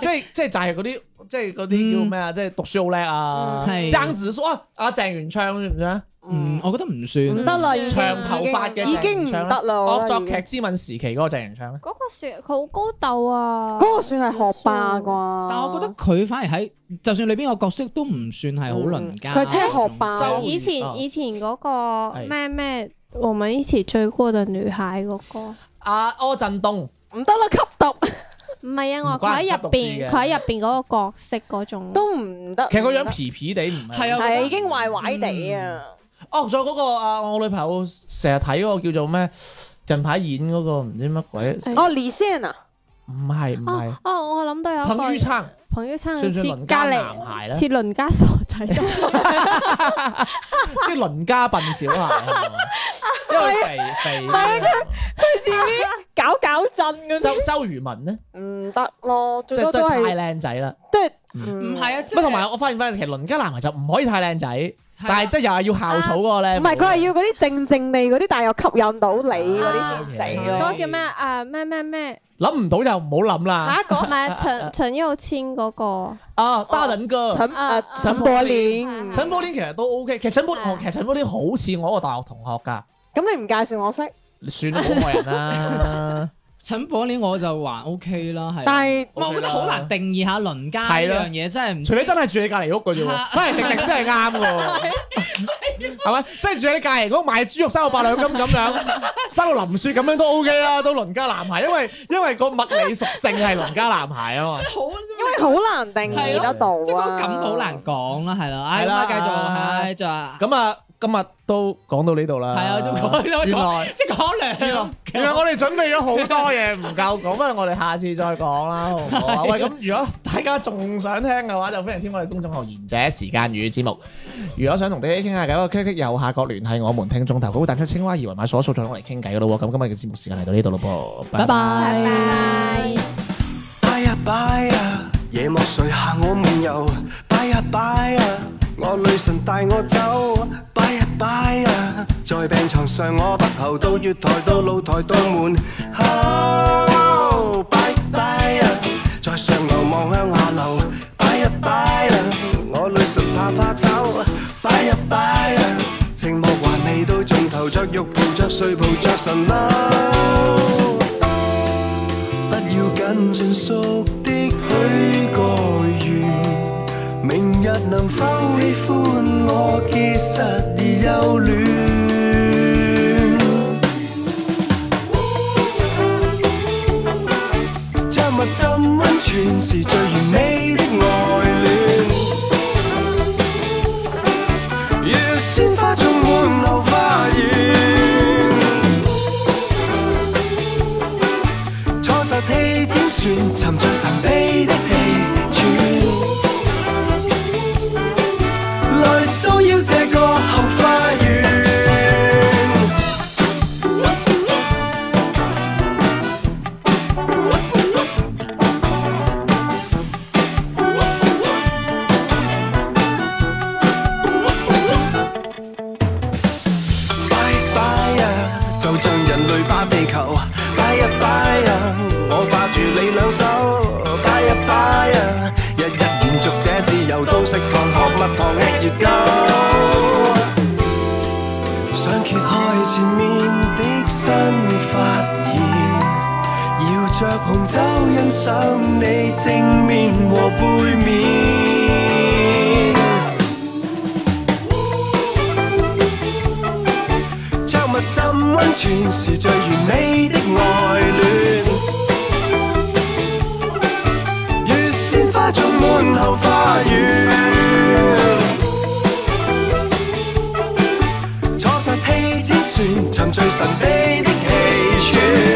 Speaker 1: 即係即係就係嗰啲，即係嗰啲叫咩啊？即係讀書好叻啊
Speaker 4: 嗯，係
Speaker 1: 爭子叔啊，阿鄭元暢算唔算啊？
Speaker 4: 嗯，我覺得唔算。
Speaker 2: 唔得啦，已經
Speaker 1: 長頭髮嘅
Speaker 2: 已經唔得啦，我
Speaker 1: 惡
Speaker 2: 覺得
Speaker 1: 作
Speaker 2: 已經
Speaker 1: 劇之吻時期嗰個鄭元暢
Speaker 3: 嗰
Speaker 1: 咧，
Speaker 3: 個算佢好高竇啊。
Speaker 2: 嗰個算係學霸啩。
Speaker 4: 但我覺得佢反而喺，就算裏邊個角色都唔算係好鄰家。
Speaker 2: 嗯佢真係學霸
Speaker 1: 周瑜
Speaker 3: 以
Speaker 1: 啊
Speaker 3: 前以前嗰個
Speaker 1: 係
Speaker 3: 咩咩，我們一起追過的女孩嗰個，
Speaker 1: 阿啊柯震東
Speaker 2: 唔得啦，吸
Speaker 1: 嗯
Speaker 2: 毒
Speaker 3: 唔係啊，
Speaker 1: 唔
Speaker 3: 我話
Speaker 1: 關
Speaker 3: 佢喺
Speaker 1: 吸毒
Speaker 3: 入
Speaker 1: 事
Speaker 3: 邊，
Speaker 1: 嘅
Speaker 3: 佢喺入邊嗰個角色嗰種，
Speaker 2: 都唔得。
Speaker 1: 其實個樣皮皮地唔係。
Speaker 4: 係啊
Speaker 2: 係已經壞壞地啊！
Speaker 1: 哦，仲有嗰個啊，我女朋友成日睇嗰個叫做咩？近排演嗰個唔知乜鬼，
Speaker 3: 嗯
Speaker 2: 哦，李現啊，
Speaker 1: 唔係唔係
Speaker 3: 哦，哦，我諗到有一
Speaker 1: 彭于
Speaker 3: 個
Speaker 1: 撐
Speaker 3: 彭于
Speaker 1: 算
Speaker 3: 撐
Speaker 1: 唔
Speaker 3: 似
Speaker 1: 算
Speaker 3: 隔
Speaker 1: 鄰家
Speaker 3: 離
Speaker 1: 男孩咧？
Speaker 3: 似鄰家傻 仔，
Speaker 1: 啲鄰家笨小孩係嘛，因為肥肥
Speaker 2: 啊佢似啲搞搞震嗰
Speaker 1: 周周渝民咧，
Speaker 2: 啲，唔得咯，
Speaker 1: 即
Speaker 2: 最
Speaker 1: 係
Speaker 2: 多
Speaker 1: 都
Speaker 2: 都
Speaker 1: 係太
Speaker 2: 係嗯
Speaker 1: 靚仔啦。
Speaker 2: 都係
Speaker 4: 唔
Speaker 2: 唔
Speaker 4: 係啊，即
Speaker 1: 不過同埋我發現翻，其實鄰家男孩就唔可以太靚仔，但係即係又係要校草嗰個咧。
Speaker 2: 啊唔係佢係要嗰啲靜靜地嗰啲，但係又吸引到你嗰啲先死
Speaker 3: 嗰
Speaker 2: 咯。
Speaker 3: 個叫咩啊咩咩咩
Speaker 1: 諗唔到就唔好諗啦。
Speaker 3: 嚇嗰唔係陳陳又千嗰個，
Speaker 1: 啊，大人哥，
Speaker 2: 哦陳
Speaker 3: 啊
Speaker 2: 啊陳
Speaker 1: 陳
Speaker 2: 柏
Speaker 3: 柏
Speaker 2: 年，
Speaker 1: 陳寶典其實都 OK，其實陳寶
Speaker 3: 啊
Speaker 1: 其實陳寶典好似我一個大學同學㗎，
Speaker 2: 咁你唔介紹我識，
Speaker 1: 算啦，好害人啦。
Speaker 4: 陳寶蓮我就還 OK 啦，係。
Speaker 2: 但係
Speaker 4: 唔係我覺得好難定義下鄰家
Speaker 1: 係
Speaker 4: 呢
Speaker 1: 啦
Speaker 4: 樣嘢，真係唔
Speaker 1: 除非真係住你隔離屋嘅啫喎，反而迪迪真係啱 嘅喎，係咪？即係住你隔離屋買豬肉三個八兩金 咁樣，生到林雪咁樣都 OK 啦，都鄰家男孩，因為因為個物理屬性係鄰家男孩啊嘛。
Speaker 4: 好，
Speaker 2: 因為好難定義得到
Speaker 4: 即係嗰
Speaker 2: 啊，
Speaker 4: 個感好難講啦，係啦。唉，
Speaker 1: 係
Speaker 4: 咁
Speaker 1: 啦
Speaker 4: 啊，繼續，唉，就係
Speaker 1: 咁啊，今日都講到呢度啦。
Speaker 4: 係啊都講都講
Speaker 1: 原來
Speaker 4: 即係講兩
Speaker 1: 原來
Speaker 4: 個。
Speaker 1: 原來我哋準備咗好多嘢唔夠講，不如我哋下次再講啦，好唔好啊？喂，咁如果大家仲想聽嘅話，就歡迎添我哋公眾號《賢者時間語》節目。如果想同 D J 傾下偈，可以 click click 右下角聯繫我們聽眾投稿，會彈出青蛙二維碼掃一掃，再攞嚟傾偈嘅咯喎。咁今日嘅節目時間嚟到呢度咯噃，
Speaker 4: 拜。拜。
Speaker 3: 拜。
Speaker 8: 拜呀拜呀，夜幕垂下我夢遊。拜呀拜呀，我女神帶我走。拜呀拜呀，在病床上我不後，到月台到露台到門口。拜拜呀，在上樓望向下樓。拜呀拜呀，我女神怕怕走。拜呀拜呀，情幕還未到盡頭，着浴袍着睡袍着神褸。不要跟進叔的許個願，明日能否喜歡我，結實而幼嫩。將蜜浸温泉是最完美的愛戀，要鮮花種滿後花園。坐實氣尖船，沉着神秘的氣喘，來騷擾這個後花園。拜拜呀，兩手，拜一拜啊！日日延續這自由，都食糖學蜜糖吃熱狗。想揭開前面的新發現，搖着紅酒欣賞你正面和背面，着襪浸温泉是最完美的愛戀，如鮮花種滿後花園。坐實氣之船，沉醉神秘的氣旋。